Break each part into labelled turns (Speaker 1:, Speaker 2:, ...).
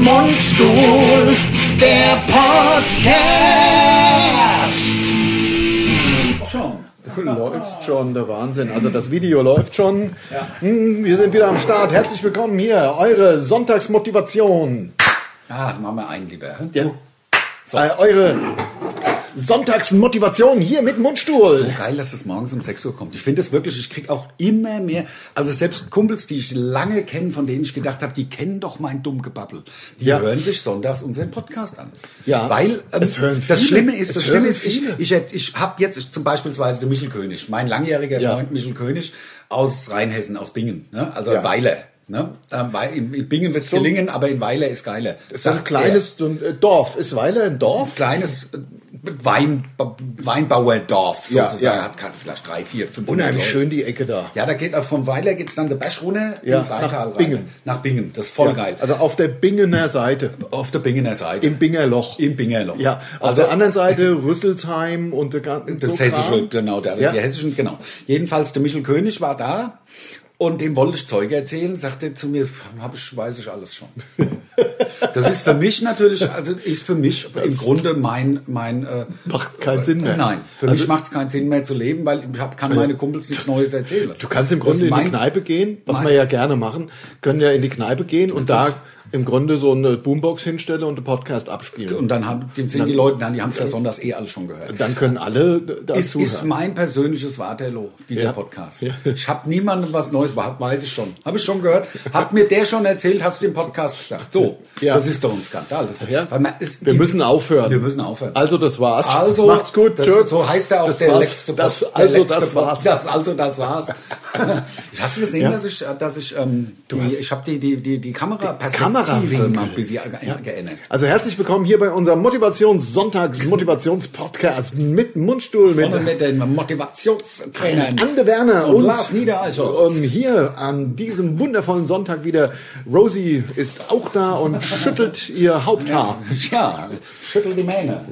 Speaker 1: Mundstuhl, der Podcast.
Speaker 2: Schon.
Speaker 3: Du läufst schon, der Wahnsinn. Also das Video läuft schon.
Speaker 2: Ja.
Speaker 3: Hm, Wir sind wieder am Start. Herzlich willkommen hier, eure Sonntagsmotivation.
Speaker 2: Ah, mach mal einen lieber.
Speaker 3: Ja. Äh, eure Sonntagsmotivation hier mit
Speaker 2: So
Speaker 3: Mundstuhl.
Speaker 2: geil, dass das morgens um 6 Uhr kommt. Ich finde das wirklich, ich krieg auch immer mehr, also selbst Kumpels, die ich lange kenne, von denen ich gedacht habe, die kennen doch mein Dummgebabbel. Die
Speaker 3: Ja.
Speaker 2: hören sich sonntags unseren Podcast an.
Speaker 3: Ja.
Speaker 2: Weil ähm,
Speaker 3: Es hören
Speaker 2: das
Speaker 3: viele.
Speaker 2: Schlimme ist,
Speaker 3: Es
Speaker 2: das Schlimme
Speaker 3: hören
Speaker 2: ist, ich,
Speaker 3: viele.
Speaker 2: ich, ich habe jetzt ich, zum beispielsweise den Michel König, mein langjähriger
Speaker 3: Ja.
Speaker 2: Freund Michel König aus Rheinhessen, aus Bingen, ne? also
Speaker 3: Ja.
Speaker 2: Weiler. Ne? Ähm, weil in, in Bingen wird's gelingen, aber in Weiler ist geiler.
Speaker 3: So ein
Speaker 2: Sagt
Speaker 3: kleines äh, Dorf. Ist Weiler ein Dorf?
Speaker 2: kleines äh, Wein, Weinbauerdorf
Speaker 3: Ja,
Speaker 2: sozusagen.
Speaker 3: ja.
Speaker 2: Hat gerade vielleicht drei, vier, fünf
Speaker 3: Unheimlich schön die Ecke da.
Speaker 2: Ja, da geht auch vom Weiler geht's dann der Basch runter
Speaker 3: Ja,
Speaker 2: ins Rheintal rein.
Speaker 3: nach Bingen.
Speaker 2: Nach Bingen. Das ist voll geil.
Speaker 3: Also auf der Bingener Seite.
Speaker 2: auf der Bingener Seite.
Speaker 3: Im Bingerloch.
Speaker 2: Im Bingerloch.
Speaker 3: Ja, auf
Speaker 2: also
Speaker 3: der anderen Seite Rüsselsheim und der ganze
Speaker 2: das Hessische, genau, der,
Speaker 3: Ja.
Speaker 2: der Hessischen, genau. Jedenfalls der Michel König war da und dem wollte ich Zeug erzählen, sagte zu mir, habe ich, weiß ich alles schon. das ist für mich natürlich, also ist für mich im Grunde mein, mein, äh,
Speaker 3: Macht keinen Sinn mehr.
Speaker 2: Nein, für
Speaker 3: Also-
Speaker 2: mich macht es keinen Sinn mehr zu leben, weil ich hab, kann meine Kumpels nichts Neues erzählen.
Speaker 3: Du kannst im
Speaker 2: Das
Speaker 3: Grunde in die
Speaker 2: Also mein-
Speaker 3: Kneipe gehen, was
Speaker 2: mein-
Speaker 3: wir ja gerne machen, können ja in die Kneipe gehen und da im Grunde so eine Boombox hinstelle und einen Podcast abspielen.
Speaker 2: Und dann haben, dem sind die Leute, nein, die haben es ja sonntags eh alle schon gehört.
Speaker 3: dann können alle da
Speaker 2: ist, ist
Speaker 3: zuhören.
Speaker 2: mein persönliches Waterloo, dieser
Speaker 3: Ja.
Speaker 2: Podcast.
Speaker 3: Ja.
Speaker 2: Ich habe niemandem was Neues, war- weiß ich schon. Habe ich schon gehört. Hat mir der schon erzählt, hat es im Podcast gesagt. So,
Speaker 3: Ja.
Speaker 2: das ist doch ein Skandal. Das,
Speaker 3: Ja.
Speaker 2: weil man- es-
Speaker 3: Wir
Speaker 2: die-
Speaker 3: müssen aufhören.
Speaker 2: Wir müssen aufhören.
Speaker 3: Also das war's.
Speaker 2: Also,
Speaker 3: macht's gut.
Speaker 2: Das,
Speaker 3: Tschö.
Speaker 2: so heißt er auch
Speaker 3: Das
Speaker 2: der
Speaker 3: war's.
Speaker 2: letzte Pod-
Speaker 3: Das,
Speaker 2: der
Speaker 3: also
Speaker 2: letzte
Speaker 3: das
Speaker 2: Pod-
Speaker 3: war's.
Speaker 2: Das, also das war's. Hast du gesehen,
Speaker 3: Ja.
Speaker 2: dass ich, dass ich, ähm, die,
Speaker 3: hast-
Speaker 2: ich habe die die die die Kameraperspektive
Speaker 3: Kamerawinkel.
Speaker 2: mal ein bisschen äh, ge- geändert.
Speaker 3: Also herzlich willkommen hier bei unserem Motivations-Sonntags-Motivations-Podcast mit Mundstuhl, mit
Speaker 2: Sondern mit den Motivationstrainern.
Speaker 3: Ande
Speaker 2: Und
Speaker 3: Werner
Speaker 2: also,
Speaker 3: und,
Speaker 2: Lars Niedereichholz.
Speaker 3: ähm, hier an diesem wundervollen Sonntag wieder. Rosie ist auch da und schüttelt ihr Haupthaar.
Speaker 2: Ja, schüttel die Mähne.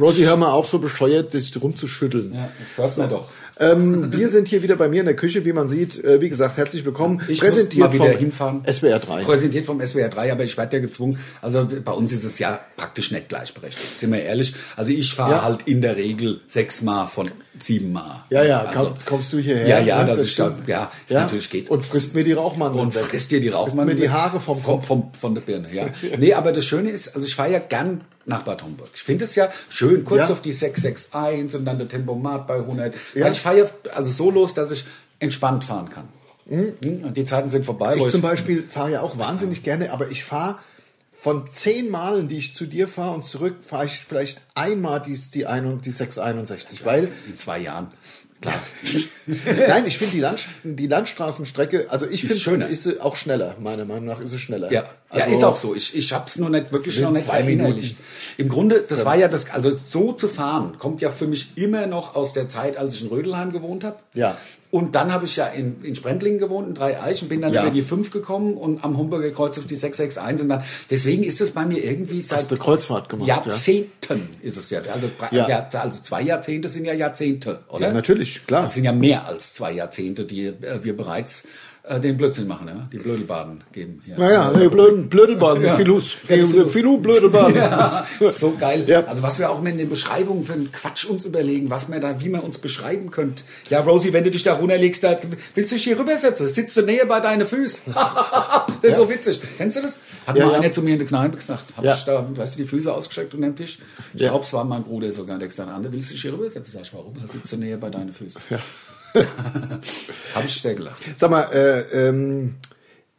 Speaker 3: Rosie, hör mal auf, so bescheuert dich rumzuschütteln.
Speaker 2: Ja, das hört man doch.
Speaker 3: Ähm, wir sind hier wieder bei mir in der Küche, wie man sieht. Äh, wie gesagt, herzlich willkommen.
Speaker 2: Ich muss mal wieder hinfahren.
Speaker 3: SWR 3.
Speaker 2: Präsentiert vom SWR 3, aber ich werde ja gezwungen. Also bei uns ist es ja praktisch nicht gleichberechtigt. Sind wir ehrlich? Also ich fahre
Speaker 3: Ja.
Speaker 2: halt in der Regel sechsmal von siebenmal.
Speaker 3: Ja, ja,
Speaker 2: also,
Speaker 3: komm, kommst du hierher.
Speaker 2: Ja, ja,
Speaker 3: ne?
Speaker 2: das ist
Speaker 3: stimmt.
Speaker 2: dann, ja, ist natürlich geht.
Speaker 3: Und frisst mir die Rauchmann
Speaker 2: und frisst dir die Rauchmann.
Speaker 3: Frisst mir die Haare vom
Speaker 2: vom,
Speaker 3: Kopf.
Speaker 2: vom, von der Birne, ja. nee, aber das Schöne ist, also ich fahre ja gern nach Bad Homburg. Ich finde es ja schön, kurz
Speaker 3: Ja.
Speaker 2: auf die 661 und dann der Tempomat bei 100.
Speaker 3: Ja.
Speaker 2: Weil ich fahre ja also so los, dass ich entspannt fahren kann. Mhm. Die Zeiten sind vorbei. wo
Speaker 3: Ich zum Beispiel fahre ja auch wahnsinnig gerne, aber ich fahre von zehn Malen, die ich zu dir fahre und zurück, fahre ich vielleicht einmal die, die, ein und die 661, weil
Speaker 2: in zwei Jahren. Klar.
Speaker 3: Nein, ich finde die, Land, die Landstraßenstrecke, also ich finde,
Speaker 2: schöner.
Speaker 3: ist sie auch schneller. Meiner Meinung nach ist sie schneller.
Speaker 2: Ja,
Speaker 3: also,
Speaker 2: ja, ist auch so. Ich, ich hab's nur nicht wirklich
Speaker 3: sind
Speaker 2: noch nicht
Speaker 3: zwei
Speaker 2: verinnerlicht. Im Grunde, das war ja das, also so zu fahren, kommt ja für mich immer noch aus der Zeit, als ich in Rödelheim gewohnt habe.
Speaker 3: Ja.
Speaker 2: Und dann habe ich ja in, in Sprendlingen gewohnt, in Dreieich und bin dann
Speaker 3: Ja.
Speaker 2: über die 5 gekommen und am Homburger Kreuz auf die 661 und dann, deswegen ist es bei mir irgendwie seit
Speaker 3: Hast du Kreuzfahrt gemacht, ja?
Speaker 2: Jahrzehnten ist es ja. Also, pra-
Speaker 3: Ja.
Speaker 2: ja. also zwei Jahrzehnte sind ja Jahrzehnte, oder?
Speaker 3: Ja, natürlich, klar.
Speaker 2: Das sind ja mehr als zwei Jahrzehnte, die äh, wir bereits äh, den Blödsinn machen, ja? die Blödelbaden geben. Ja.
Speaker 3: Naja, nee, blöden, Blödelbahn,
Speaker 2: Ja.
Speaker 3: Filus, Filu, Blödelbahn.
Speaker 2: Ja, so geil.
Speaker 3: Ja.
Speaker 2: Also was wir auch mit den Beschreibungen für einen Quatsch uns überlegen, was wir da, wie man uns beschreiben könnt. Ja, Rosie, wenn du dich da runterlegst, da willst du dich hier rübersetzen. Sitzt du näher bei deinen Füßen. das ist so witzig. Kennst du das? Hat
Speaker 3: Ja,
Speaker 2: mal
Speaker 3: ja.
Speaker 2: einer zu mir in der Kneipe gesagt. Hab
Speaker 3: Ja.
Speaker 2: ich da, weißt du, die Füße ausgestreckt unter dem Tisch. Ich
Speaker 3: Ja.
Speaker 2: glaube, es war mein Bruder sogar, der gesagt hat, willst du dich hier rübersetzen? Sag ich, warum? Da sitzt du näher bei deinen Füßen. Habe ich sehr gelacht.
Speaker 3: Sag mal, äh, ähm,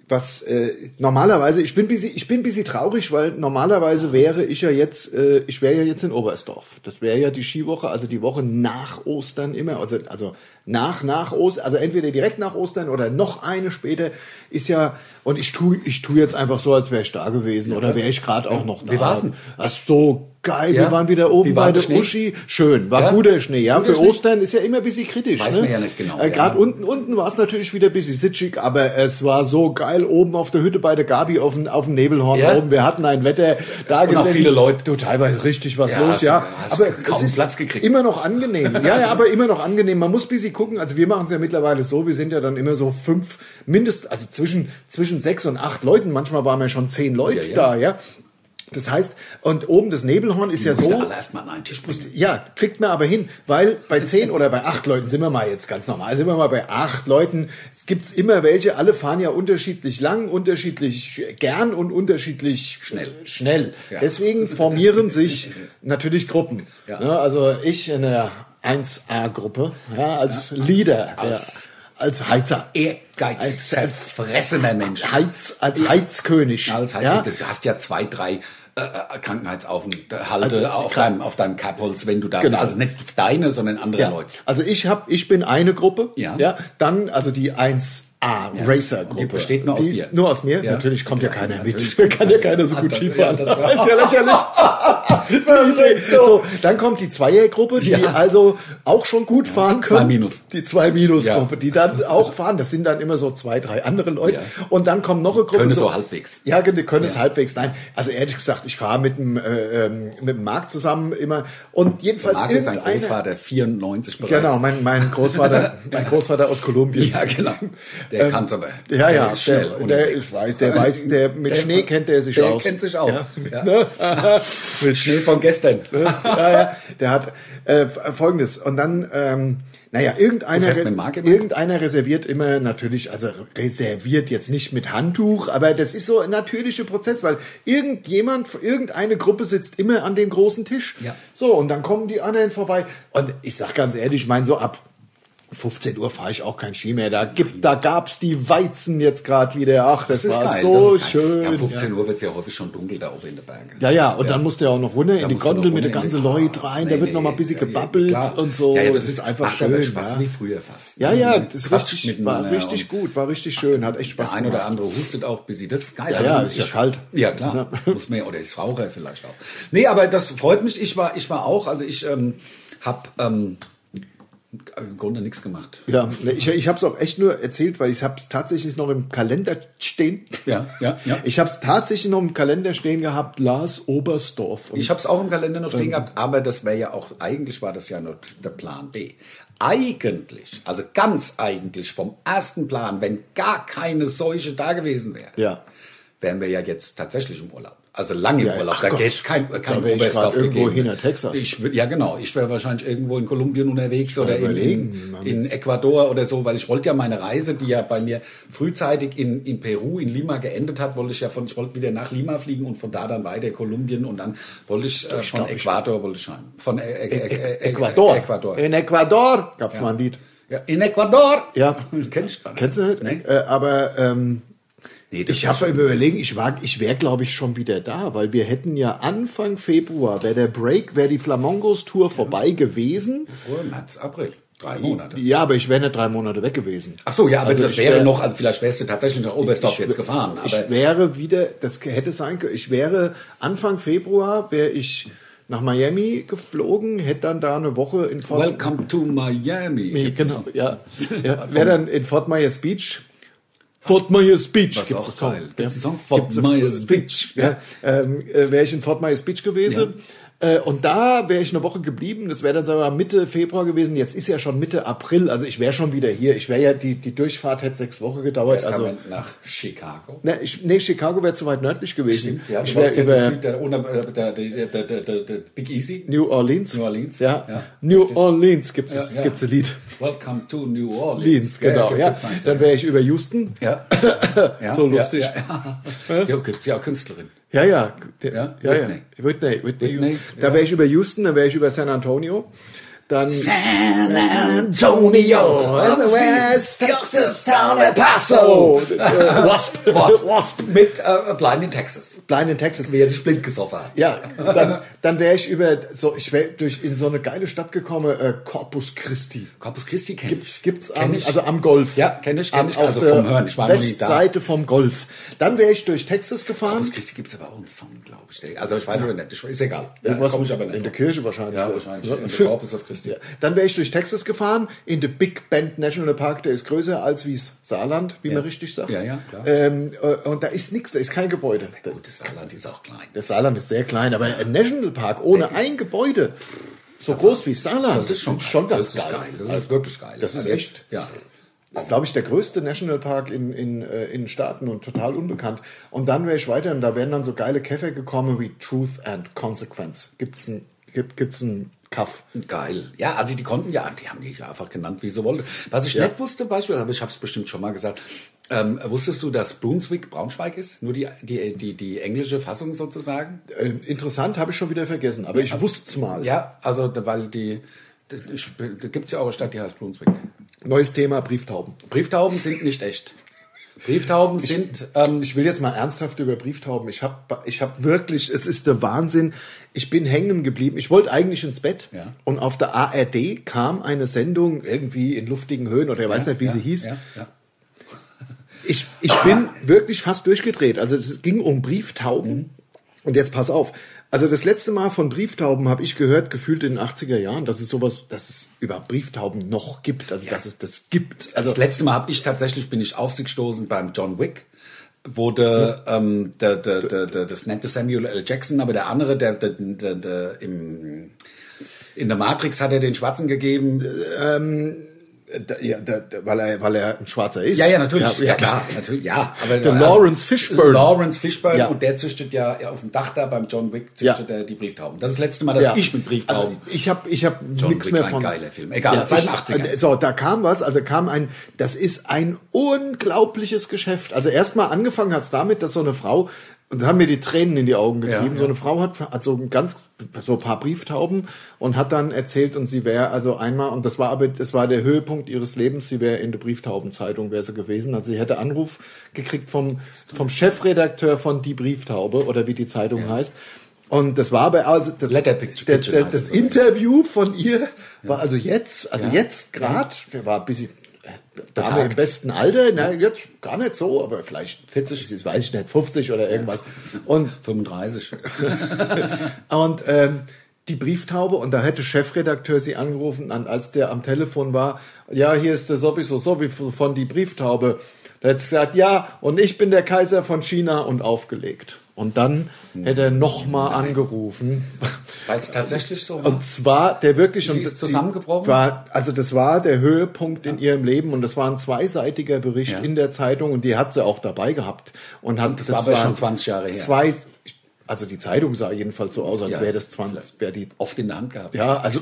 Speaker 3: was äh, normalerweise, ich bin busy, ich bin busy traurig, weil normalerweise wäre ich ja jetzt, äh, ich wäre ja jetzt in Oberstdorf. Das wäre ja die Skiwoche, also die Woche nach Ostern immer, also also nach nach Ostern, also entweder direkt nach Ostern oder noch eine später ist ja und ich tu ich tu jetzt einfach so, als wäre ich da gewesen oder wäre ich gerade auch noch da.
Speaker 2: Wie war's denn?
Speaker 3: Ach so geil,
Speaker 2: Ja.
Speaker 3: wir waren wieder oben
Speaker 2: Wie war
Speaker 3: bei
Speaker 2: der
Speaker 3: der
Speaker 2: Schnee?
Speaker 3: Uschi. Schön, war
Speaker 2: Ja.
Speaker 3: guter Schnee. Ja,
Speaker 2: Guter
Speaker 3: für
Speaker 2: Schnee.
Speaker 3: Ostern ist ja immer ein bisschen kritisch.
Speaker 2: Weiß
Speaker 3: ne?
Speaker 2: man ja nicht genau,
Speaker 3: Äh,
Speaker 2: ja.
Speaker 3: Gerade unten, unten war es natürlich wieder ein bisschen sitschig, aber es war so geil oben auf der Hütte bei der Gabi auf dem, auf dem Nebelhorn
Speaker 2: Ja.
Speaker 3: oben. Wir hatten ein Wetter da
Speaker 2: Und auch viele Leute.
Speaker 3: Du, teilweise richtig was
Speaker 2: Ja,
Speaker 3: los,
Speaker 2: hast-
Speaker 3: ja.
Speaker 2: hast kaum Platz gekriegt.
Speaker 3: Immer noch angenehm. Ja, ja, aber immer noch angenehm. Man muss ein bisschen gucken. Also wir machen es ja mittlerweile so, wir sind ja dann immer so fünf, mindestens, also zwischen, zwischen sechs und acht Leuten. Manchmal waren wir schon zehn Leute
Speaker 2: Ja, ja.
Speaker 3: da, ja. Das heißt, und oben das Nebelhorn ist ja so.
Speaker 2: alle erstmal an einen Tisch bringen.
Speaker 3: Ja, kriegt man aber hin, weil bei zehn oder bei acht Leuten sind wir mal jetzt ganz normal, sind wir mal bei acht Leuten. Es gibt's immer welche, alle fahren ja unterschiedlich lang, unterschiedlich gern und unterschiedlich
Speaker 2: Schnell.
Speaker 3: Schnell.
Speaker 2: Ja.
Speaker 3: Deswegen formieren sich natürlich Gruppen.
Speaker 2: Ja.
Speaker 3: Ne, also ich in der 1A-Gruppe, ja, als Leader,
Speaker 2: Als-
Speaker 3: ja, als Heizer.
Speaker 2: Ehrgeiz,
Speaker 3: Als-
Speaker 2: zerfressener Mensch.
Speaker 3: Heiz, als Heizkönig.
Speaker 2: E. Als heißt,
Speaker 3: ja?
Speaker 2: Du hast ja zwei, drei äh, äh, Krankheitsaufenthalte
Speaker 3: Also,
Speaker 2: auf,
Speaker 3: krank-
Speaker 2: deinem, auf deinem Kerbholz, wenn du da
Speaker 3: Genau.
Speaker 2: Also nicht deine, sondern andere
Speaker 3: Ja.
Speaker 2: Leute.
Speaker 3: Also ich habe, ich bin eine Gruppe.
Speaker 2: Ja.
Speaker 3: ja dann also die 1 A Racer Gruppe.
Speaker 2: Die besteht nur aus dir.
Speaker 3: Nur aus mir.
Speaker 2: Ja.
Speaker 3: Natürlich kommt ja keiner
Speaker 2: Natürlich
Speaker 3: mit. Kann ja keiner so
Speaker 2: Ah,
Speaker 3: gut
Speaker 2: das-
Speaker 3: Skifahren.
Speaker 2: ja, das war-
Speaker 3: ist ja lächerlich. Verrückt. so, dann kommt die Zweiergruppe, die
Speaker 2: Ja.
Speaker 3: also auch schon gut fahren können.
Speaker 2: Minus.
Speaker 3: Die zwei Minus Gruppe,
Speaker 2: Ja.
Speaker 3: die dann auch fahren. Das sind dann immer so zwei, drei andere Leute.
Speaker 2: Ja.
Speaker 3: Und dann kommt noch eine Gruppe.
Speaker 2: Können so halbwegs.
Speaker 3: Ja, genau, können es halbwegs. Nein, also ehrlich gesagt, ich fahre mit dem äh, ähm, mit dem Marc zusammen immer. Und jedenfalls
Speaker 2: Marc ist ein
Speaker 3: irgendeiner-
Speaker 2: Großvater, 94 bereits.
Speaker 3: Genau, mein, mein Großvater, mein Großvater aus Kolumbien.
Speaker 2: Ja, genau. Der kann's aber.
Speaker 3: Ähm, Ja, ja,
Speaker 2: ist
Speaker 3: der,
Speaker 2: schnell
Speaker 3: der,
Speaker 2: unterwegs.
Speaker 3: ist, weiß- der weiß, der mit Schnee kennt der sich
Speaker 2: der
Speaker 3: aus. Ne?
Speaker 2: kennt sich aus. Ja.
Speaker 3: Ja.
Speaker 2: Mit Schnee von gestern.
Speaker 3: ne? ja, ja, der hat äh, folgendes. Und dann, ähm, naja, irgendeiner,
Speaker 2: fährst mit ne? Marc immer?
Speaker 3: irgendeiner reserviert immer natürlich, also reserviert jetzt nicht mit Handtuch, aber das ist so ein natürlicher Prozess, weil irgendjemand, irgendeine Gruppe sitzt immer an dem großen Tisch.
Speaker 2: Ja.
Speaker 3: So, und dann kommen die anderen vorbei. Und ich sag ganz ehrlich, ich meine so ab. 15 Uhr fahre ich auch kein Ski mehr. Da gibt, da gab's die Weizen jetzt gerade wieder. Ach, das, war so
Speaker 2: das ist geil.
Speaker 3: schön.
Speaker 2: Ja, 15 Uhr wird's ja häufig schon dunkel da oben in den Bergen.
Speaker 3: Ja, ja, und dann musst du ja auch noch runter in die
Speaker 2: musst du
Speaker 3: Gondel
Speaker 2: noch
Speaker 3: mit den
Speaker 2: runter in
Speaker 3: ganzen
Speaker 2: die-
Speaker 3: Leuten rein, da
Speaker 2: Nee,
Speaker 3: wird noch mal
Speaker 2: nee,
Speaker 3: ein bisschen
Speaker 2: ja, ja,
Speaker 3: gebabbelt
Speaker 2: klar.
Speaker 3: und so.
Speaker 2: Ja, ja das, ist einfach
Speaker 3: macht
Speaker 2: schön.
Speaker 3: aber
Speaker 2: Spaß
Speaker 3: ja.
Speaker 2: wie früher fast. Mhm.
Speaker 3: Ja, ja, das
Speaker 2: Fast
Speaker 3: ist richtig, war
Speaker 2: miteinander
Speaker 3: richtig
Speaker 2: und
Speaker 3: gut, war richtig schön, hat echt Spaß
Speaker 2: Der ein
Speaker 3: gemacht.
Speaker 2: oder andere hustet auch, bis sie das ist geil. Also
Speaker 3: Ja, ja, ist ja kalt.
Speaker 2: Ja, klar. Muss man, ja- oder ist Raucher vielleicht auch. Nee, aber das freut mich. Ich war, ich war auch, also ich ähm, habe ähm, im Grunde nichts gemacht.
Speaker 3: Ja, ne, ich, ich habe es auch echt nur erzählt, weil ich habe es tatsächlich noch im Kalender stehen.
Speaker 2: Ja, ja, ja.
Speaker 3: Ich habe es tatsächlich noch im Kalender stehen gehabt, Lars Oberstdorf. Und
Speaker 2: Ich habe es auch im Kalender noch
Speaker 3: Ähm.
Speaker 2: stehen gehabt, aber das wäre ja auch, eigentlich war das ja nur der Plan B. Eigentlich, also ganz eigentlich vom ersten Plan, wenn gar keine Seuche da gewesen wäre,
Speaker 3: Ja.
Speaker 2: wären wir ja jetzt tatsächlich im Urlaub. Also lange
Speaker 3: Ja,
Speaker 2: im Urlaub,
Speaker 3: ach
Speaker 2: da
Speaker 3: Gott.
Speaker 2: gäbe es kein, kein
Speaker 3: Da wär ich
Speaker 2: Oberstdorf
Speaker 3: grad irgendwo
Speaker 2: gegeben.
Speaker 3: hin nach Texas.
Speaker 2: Ich, wür- ja, genau. Ich wäre wahrscheinlich irgendwo in Kolumbien unterwegs oder in,
Speaker 3: überlegen,
Speaker 2: in,
Speaker 3: man
Speaker 2: in Ecuador oder so, weil ich wollte ja meine Reise, die ja bei mir frühzeitig in, in Peru, in Lima geendet hat, wollte ich ja von, ich wollte wieder nach Lima fliegen und von da dann weiter Kolumbien und dann wollte ich äh, von
Speaker 3: glaub, ich- E-
Speaker 2: Ecuador wollte ich heim. Von äh, äh, äh, äh, äh,
Speaker 3: Ecuador.
Speaker 2: Ecuador.
Speaker 3: In Ecuador gab's mal ein Lied.
Speaker 2: Ja, in Ecuador.
Speaker 3: Ja.
Speaker 2: Kenn ich gar nicht.
Speaker 3: Kennst du nicht?
Speaker 2: Nee.
Speaker 3: Äh, aber ähm,
Speaker 2: Nee, das
Speaker 3: Ich
Speaker 2: war
Speaker 3: habe überlegen, ich war, ich wäre, glaube ich, schon wieder da, weil wir hätten ja Anfang Februar, wäre der Break, wäre die Flamongos Tour vorbei gewesen.
Speaker 2: schon März, April. Drei Monate.
Speaker 3: Ja, aber ich wäre nicht drei Monate weg gewesen.
Speaker 2: Ach so, ja, aber
Speaker 3: Also
Speaker 2: das
Speaker 3: ich
Speaker 2: wäre
Speaker 3: wär-
Speaker 2: noch, also vielleicht wärst du tatsächlich nach Oberstdorf
Speaker 3: Ich
Speaker 2: jetzt
Speaker 3: wär-
Speaker 2: gefahren. Aber
Speaker 3: ich wäre wieder, das hätte sein können, ich wäre Anfang Februar, wäre ich nach Miami geflogen, hätte dann da eine Woche in Fort
Speaker 2: Welcome to Miami.
Speaker 3: Nee,
Speaker 2: Gibt's
Speaker 3: genau, ja. ja.
Speaker 2: Von-
Speaker 3: Wäre dann in Fort Myers Beach. Fort Myers Beach
Speaker 2: Was
Speaker 3: gibt's einen
Speaker 2: auch
Speaker 3: Song.
Speaker 2: geil. Gibt's
Speaker 3: ja.
Speaker 2: einen Song? Fort
Speaker 3: Gibt's einen
Speaker 2: Myers
Speaker 3: Fort-
Speaker 2: Beach,
Speaker 3: Ja. Ähm, äh, wäre ich in Fort Myers Beach gewesen. Äh, Und da wäre ich eine Woche geblieben. Das wäre dann sagen wir mal, Mitte Februar gewesen. Jetzt ist ja schon Mitte April. Also ich wäre schon wieder hier. Ich wäre ja die die Durchfahrt hätte sechs Wochen gedauert.
Speaker 2: Erst also, haben
Speaker 3: Also
Speaker 2: wir nach Chicago.
Speaker 3: ne, ich, nee, Chicago wäre zu weit nördlich gewesen.
Speaker 2: Stimmt, ja.
Speaker 3: ich
Speaker 2: Ich
Speaker 3: wäre
Speaker 2: weiß ja, der,
Speaker 3: über
Speaker 2: Süd- der, unter- äh, der, der, der, der, der, der Big Easy.
Speaker 3: New Orleans.
Speaker 2: New Orleans,
Speaker 3: Ja.
Speaker 2: ja.
Speaker 3: New Orleans gibt's es
Speaker 2: Ja, ja.
Speaker 3: gibt's ein Lied.
Speaker 2: Welcome to New Orleans.
Speaker 3: Orleans, genau. Ja. Dann wäre ich über Houston.
Speaker 2: ja. Ja,
Speaker 3: So lustig.
Speaker 2: Ja, ja. ja gibt es ja auch Künstlerin.
Speaker 3: Ja, ja. Der,
Speaker 2: Ja?
Speaker 3: ja, ja.
Speaker 2: Whitney.
Speaker 3: Whitney. Whitney.
Speaker 2: Whitney,
Speaker 3: Da wäre ich über Houston, da wäre ich über San Antonio. Dann
Speaker 2: San Antonio,
Speaker 3: On the West Texas Town El Paso.
Speaker 2: Äh, Wasp, Wasp, Wasp mit äh, Blind in Texas.
Speaker 3: Blind in Texas.
Speaker 2: Wie er sich blind gesoffen hat.
Speaker 3: Ja, dann, dann wäre ich über so, ich wäre durch in so eine geile Stadt gekommen, äh, Corpus Christi.
Speaker 2: Corpus Christi kenn
Speaker 3: Gibt's,
Speaker 2: ich.
Speaker 3: gibt's
Speaker 2: Kenn
Speaker 3: am,
Speaker 2: ich.
Speaker 3: also am Golf.
Speaker 2: Ja, kenn ich, kenn
Speaker 3: Am-
Speaker 2: ich,
Speaker 3: auf
Speaker 2: also
Speaker 3: der
Speaker 2: vom Hören. Ich war noch nie da.
Speaker 3: Westseite vom Golf. Dann wäre ich durch Texas gefahren.
Speaker 2: Corpus Christi gibt's aber auch einen Song, glaube ich. Der- Also ich weiß aber nicht, ich, ist egal.
Speaker 3: Ja,
Speaker 2: Irgendwas
Speaker 3: komm,
Speaker 2: komm ich aber nicht.
Speaker 3: in der Kirche wahrscheinlich.
Speaker 2: Ja, wahrscheinlich.
Speaker 3: Ja.
Speaker 2: In der Corpus of Christi.
Speaker 3: Ja. Dann wäre ich durch Texas gefahren, in den Big Bend National Park, der ist größer als wie's Saarland, wie man richtig sagt.
Speaker 2: Ja, ja, klar.
Speaker 3: ähm, äh, und da ist nichts, da ist kein Gebäude. Das,
Speaker 2: Gut, das Saarland ist auch klein.
Speaker 3: das Saarland ist sehr klein, aber ein Nationalpark ohne ein Gebäude, so groß wie Saarland,
Speaker 2: Das ist schon,
Speaker 3: schon
Speaker 2: geil.
Speaker 3: ganz
Speaker 2: das ist
Speaker 3: geil. Also,
Speaker 2: Das ist wirklich geil. Also
Speaker 3: Das ist
Speaker 2: jetzt-
Speaker 3: echt-
Speaker 2: Ja.
Speaker 3: Das ist, glaube ich, der größte Nationalpark in, in, äh, in den Staaten und total unbekannt. Und dann wäre ich weiter und da wären dann so geile Käfer gekommen wie Truth and Consequence. Gibt's ein, gibt, gibt's ein Kaff.
Speaker 2: Geil. Ja, also die konnten ja, die haben die ja einfach genannt, wie sie wollten. Was ich nicht wusste, Beispiel, aber ich habe es bestimmt schon mal gesagt. Ähm, wusstest du, dass Brunswick Braunschweig ist? Nur die, die, die, die englische Fassung sozusagen?
Speaker 3: Ähm, interessant, habe ich schon wieder vergessen, aber ich wusste's mal.
Speaker 2: Ja, also weil die, da gibt es ja auch eine Stadt, die heißt Brunswick.
Speaker 3: Neues Thema, Brieftauben.
Speaker 2: Brieftauben sind nicht echt. Brieftauben sind, ähm,
Speaker 3: Ich will jetzt mal ernsthaft über Brieftauben. Ich habe ich hab wirklich, es ist der Wahnsinn. Ich bin hängen geblieben. Ich wollte eigentlich ins Bett
Speaker 2: Ja.
Speaker 3: und auf der ARD kam eine Sendung irgendwie in luftigen Höhen oder ich weiß nicht, wie sie hieß.
Speaker 2: Ja, ja.
Speaker 3: Ich, ich bin wirklich fast durchgedreht. Also es ging um Brieftauben.
Speaker 2: Mhm.
Speaker 3: Und jetzt pass auf. Also das letzte Mal von Brieftauben habe ich gehört, gefühlt in den 80er Jahren, dass es sowas, dass es über Brieftauben noch gibt. Also dass es das gibt.
Speaker 2: Also
Speaker 3: Also
Speaker 2: das letzte Mal habe ich tatsächlich bin ich auf sie gestoßen beim John Wick, wo der, ähm, der, der, der, der das nannte Samuel L. Jackson, aber der andere, der, der, der, der im in der Matrix hat er den Schwarzen gegeben.
Speaker 3: da, ja, da, da, weil, er, weil er ein Schwarzer ist.
Speaker 2: Ja, ja, natürlich.
Speaker 3: Ja, ja klar.
Speaker 2: natürlich, ja. Aber also
Speaker 3: Der Lawrence Fishburne.
Speaker 2: Lawrence Fishburne
Speaker 3: Ja.
Speaker 2: und der züchtet ja ja, auf dem Dach da beim John Wick züchtet
Speaker 3: Ja.
Speaker 2: er die Brieftauben. Das ist das letzte Mal, dass ich mit Brieftauben.
Speaker 3: Also ich habe ich hab
Speaker 2: John
Speaker 3: nichts
Speaker 2: Wick,
Speaker 3: mehr
Speaker 2: ein
Speaker 3: von.
Speaker 2: geiler Film. Egal,
Speaker 3: Ja,
Speaker 2: seit
Speaker 3: ich-
Speaker 2: den 80ern.
Speaker 3: So, da kam was, also kam ein, das ist ein unglaubliches Geschäft. Also erstmal angefangen hat's damit, dass so eine Frau, und da haben mir die Tränen in die Augen getrieben,
Speaker 2: Ja,
Speaker 3: so eine Frau hat, hat so ein ganz, so ein paar Brieftauben und hat dann erzählt und sie wäre also einmal, und das war aber, das war der Höhepunkt ihres Lebens, sie wäre in der Brieftaubenzeitung wäre sie gewesen, also sie hätte Anruf gekriegt vom, vom Chefredakteur von Die Brieftaube oder wie die Zeitung heißt. Und das war aber also das,
Speaker 2: Letter Picture-
Speaker 3: der,
Speaker 2: Picture
Speaker 3: der,
Speaker 2: heißt
Speaker 3: das
Speaker 2: es, oder?
Speaker 3: Interview von ihr war also jetzt, also jetzt gerade, der war ein bisschen äh, Dame im
Speaker 2: Betagt.
Speaker 3: besten Alter, na, jetzt gar nicht so, aber vielleicht
Speaker 2: 40.
Speaker 3: das weiß ich nicht, 50 oder irgendwas. Und
Speaker 2: 35.
Speaker 3: und ähm, die Brieftaube, und da hätte Chefredakteur sie angerufen, an, als der am Telefon war, ja, hier ist der sowieso, sowieso von die Brieftaube. Da hätte sie gesagt, ja, und ich bin der Kaiser von China und aufgelegt. Und dann hätte er nochmal angerufen.
Speaker 2: Weil es tatsächlich so war.
Speaker 3: Und zwar der wirklich
Speaker 2: Sie
Speaker 3: und
Speaker 2: ist zusammengebrochen?
Speaker 3: War, also das war der Höhepunkt in ihrem Leben und das war ein zweiseitiger Bericht
Speaker 2: Ja.
Speaker 3: in der Zeitung und die hat sie auch dabei gehabt und hat das,
Speaker 2: war aber
Speaker 3: waren
Speaker 2: schon 20 Jahre her.
Speaker 3: Zwei, also die Zeitung sah jedenfalls so aus, als
Speaker 2: Ja,
Speaker 3: wäre das 20, wäre die
Speaker 2: Oft in der Hand gehabt.
Speaker 3: ja, also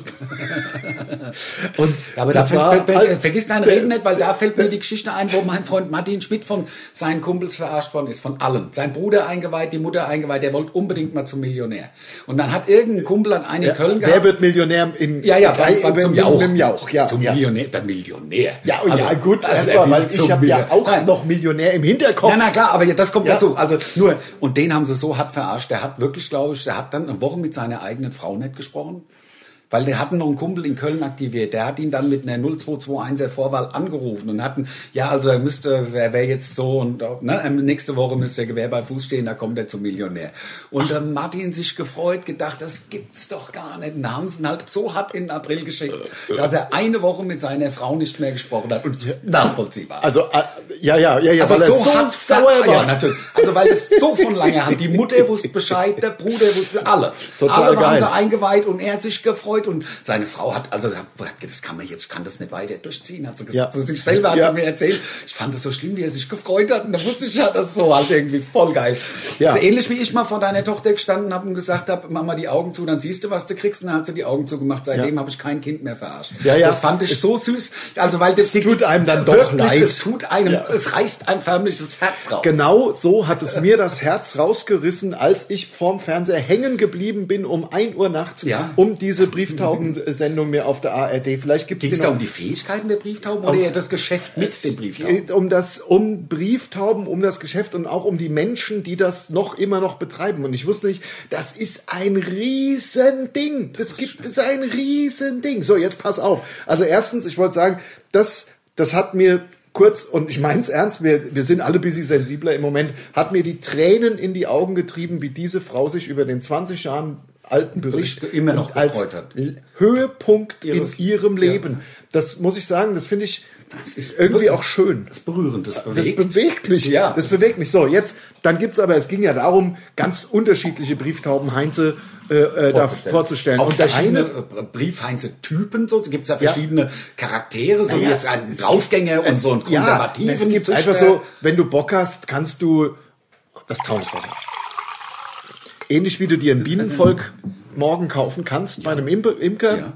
Speaker 3: und
Speaker 2: Ja, aber da fällt, fällt, mir-
Speaker 3: halt
Speaker 2: äh, vergiss deine Reden nicht, weil da fällt mir die Geschichte ein, wo mein Freund Martin Schmidt von seinen Kumpels verarscht worden ist, von allen. Sein Bruder eingeweiht, die Mutter eingeweiht, der wollte unbedingt mal zum Millionär. Und dann hat irgendein Kumpel an einen in
Speaker 3: der,
Speaker 2: Köln
Speaker 3: Wer
Speaker 2: gehabt.
Speaker 3: wird Millionär in
Speaker 2: ja, ja,
Speaker 3: bei,
Speaker 2: beim, beim, zum
Speaker 3: mit-
Speaker 2: Jauch.
Speaker 3: mit dem Jauch, ja.
Speaker 2: Zum
Speaker 3: ja.
Speaker 2: Millionär, der Millionär.
Speaker 3: Ja, oh ja,
Speaker 2: Also,
Speaker 3: gut,
Speaker 2: also
Speaker 3: erstmal,
Speaker 2: er will
Speaker 3: weil
Speaker 2: zum
Speaker 3: ich habe ja
Speaker 2: Millionär.
Speaker 3: auch
Speaker 2: Nein.
Speaker 3: noch Millionär im Hinterkopf.
Speaker 2: Na, na klar, aber ja, das kommt
Speaker 3: Ja.
Speaker 2: dazu. Also nur, und den haben sie so hart verarscht. Der hat wirklich, glaube ich, der hat dann eine Woche mit seiner eigenen Frau nicht gesprochen. Weil der hatten noch einen Kumpel in Köln aktiviert. Der hat ihn dann mit einer 0221er Vorwahl angerufen und hatten, ja, also er müsste, wer wäre jetzt so und ne, ähm, nächste Woche müsste der Gewehr bei Fuß stehen, da kommt er zum Millionär. Und ähm, Martin sich gefreut, gedacht, das gibt's doch gar nicht. Und haben sie ihn halt so hart in den April geschickt, dass er eine Woche mit seiner Frau nicht mehr gesprochen hat. Und nachvollziehbar.
Speaker 3: Also äh, ja, ja, ja, ja,
Speaker 2: Also
Speaker 3: weil
Speaker 2: so,
Speaker 3: er
Speaker 2: hart-
Speaker 3: so sauer war.
Speaker 2: Ja, natürlich. Also weil es so von langer Hand. Die Mutter wusste Bescheid, der Bruder wusste alle.
Speaker 3: Total
Speaker 2: alle waren
Speaker 3: geil.
Speaker 2: sie eingeweiht und er hat sich gefreut und seine Frau hat also hat gesagt, das kann man jetzt, ich kann das nicht weiter durchziehen, hat sie gesagt.
Speaker 3: Ja.
Speaker 2: Zu sich selber hat
Speaker 3: Ja.
Speaker 2: sie mir erzählt. Ich fand es so schlimm, wie er sich gefreut hat und da wusste ich ja, das ist so halt irgendwie voll geil.
Speaker 3: Ja.
Speaker 2: So ähnlich wie ich mal vor deiner Tochter gestanden habe und gesagt habe, mach mal die Augen zu, dann siehst du, was du kriegst. Und dann hat sie die Augen zugemacht. Seitdem
Speaker 3: Ja.
Speaker 2: habe ich kein Kind mehr verarscht.
Speaker 3: Ja, ja.
Speaker 2: Das fand ich so süß. Also weil das
Speaker 3: tut einem dann doch
Speaker 2: wirklich,
Speaker 3: leid.
Speaker 2: Es tut einem,
Speaker 3: Ja.
Speaker 2: es reißt einem förmlich das Herz raus.
Speaker 3: Genau so hat es mir das Herz rausgerissen, als ich vorm Fernseher hängen geblieben bin um 1 Uhr nachts,
Speaker 2: Ja.
Speaker 3: um diese Brieftaubensendung mehr auf der ARD. Vielleicht gibt
Speaker 2: Ging es
Speaker 3: es
Speaker 2: da um die Fähigkeiten der Brieftauben oder eher das Geschäft mit den Brieftauben?
Speaker 3: um das, um Brieftauben, um das Geschäft und auch um die Menschen, die das noch immer noch betreiben. Und ich wusste nicht, das ist ein Riesending. Das gibt es ein Riesending. So, jetzt pass auf. Also erstens, ich wollte sagen, das, das hat mir kurz, und ich meins ernst, wir, wir sind alle ein bisschen sensibler im Moment, hat mir die Tränen in die Augen getrieben, wie diese Frau sich über den 20 Jahren alten Bericht
Speaker 2: Bericht immer noch
Speaker 3: als
Speaker 2: gefreut hat.
Speaker 3: Höhepunkt
Speaker 2: Ihres-
Speaker 3: in ihrem Leben. Das muss ich sagen, das finde ich ist irgendwie auch schön.
Speaker 2: Das berührend, das
Speaker 3: Das
Speaker 2: bewegt.
Speaker 3: bewegt mich.
Speaker 2: Ja.
Speaker 3: Das bewegt mich. So, jetzt, dann gibt's aber, es ging ja darum, ganz unterschiedliche Brieftauben Heinze äh, äh, da vorzustellen.
Speaker 2: Auch
Speaker 3: Und der
Speaker 2: verschiedene
Speaker 3: eine,
Speaker 2: äh, Briefheinze-Typen, so gibt es ja verschiedene Charaktere, so
Speaker 3: Ja, ja.
Speaker 2: jetzt einen Draufgänger und so einen
Speaker 3: ja,
Speaker 2: Konservativen. Äh,
Speaker 3: es gibt einfach so, wenn du Bock hast, kannst du das Taunuswasser. Ähnlich wie du dir ein Bienenvolk morgen kaufen kannst bei einem Impe- Imker.
Speaker 2: Ja.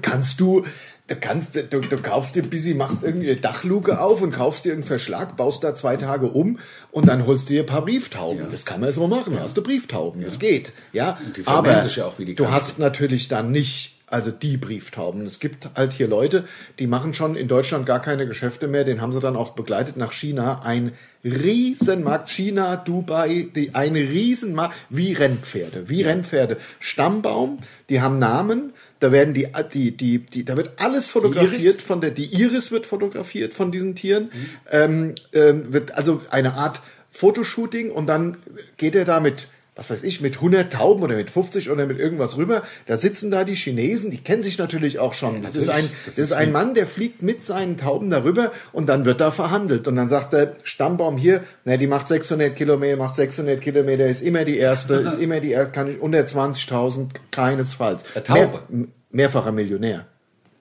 Speaker 3: kannst du, du kannst, du, du kaufst dir busy, machst irgendwie eine Dachluke auf und kaufst dir irgendeinen Verschlag, baust da zwei Tage um und dann holst du dir ein paar Brieftauben. Das kann man so machen. Hast du Brieftauben? Das geht. Ja,
Speaker 2: die vermehren
Speaker 3: aber
Speaker 2: sich ja auch wie die
Speaker 3: du
Speaker 2: Kranken.
Speaker 3: hast natürlich dann nicht also die Brieftauben. Es gibt halt hier Leute, die machen schon in Deutschland gar keine Geschäfte mehr. Den haben sie dann auch begleitet nach China. Ein Riesenmarkt. China, Dubai, die, ein Riesenmarkt. Wie Rennpferde, wie Rennpferde. Stammbaum, die haben Namen. Da werden die, die, die, die da wird alles fotografiert von der, die Iris wird fotografiert von diesen Tieren. Ähm, ähm, wird also eine Art Fotoshooting und dann geht er da mit was weiß ich, mit 100 Tauben oder mit 50 oder mit irgendwas rüber. Da sitzen da die Chinesen, die kennen sich natürlich auch schon. das, ist ein, das, ist ein Mann, der fliegt mit seinen Tauben darüber und dann wird da verhandelt. Und dann sagt der Stammbaum hier, na, die macht 600 Kilometer, macht 600 Kilometer, ist immer die erste, ist immer die erste, kann ich unter 20.000, keinesfalls.
Speaker 2: Der Taube.
Speaker 3: Mehr, mehrfacher Millionär.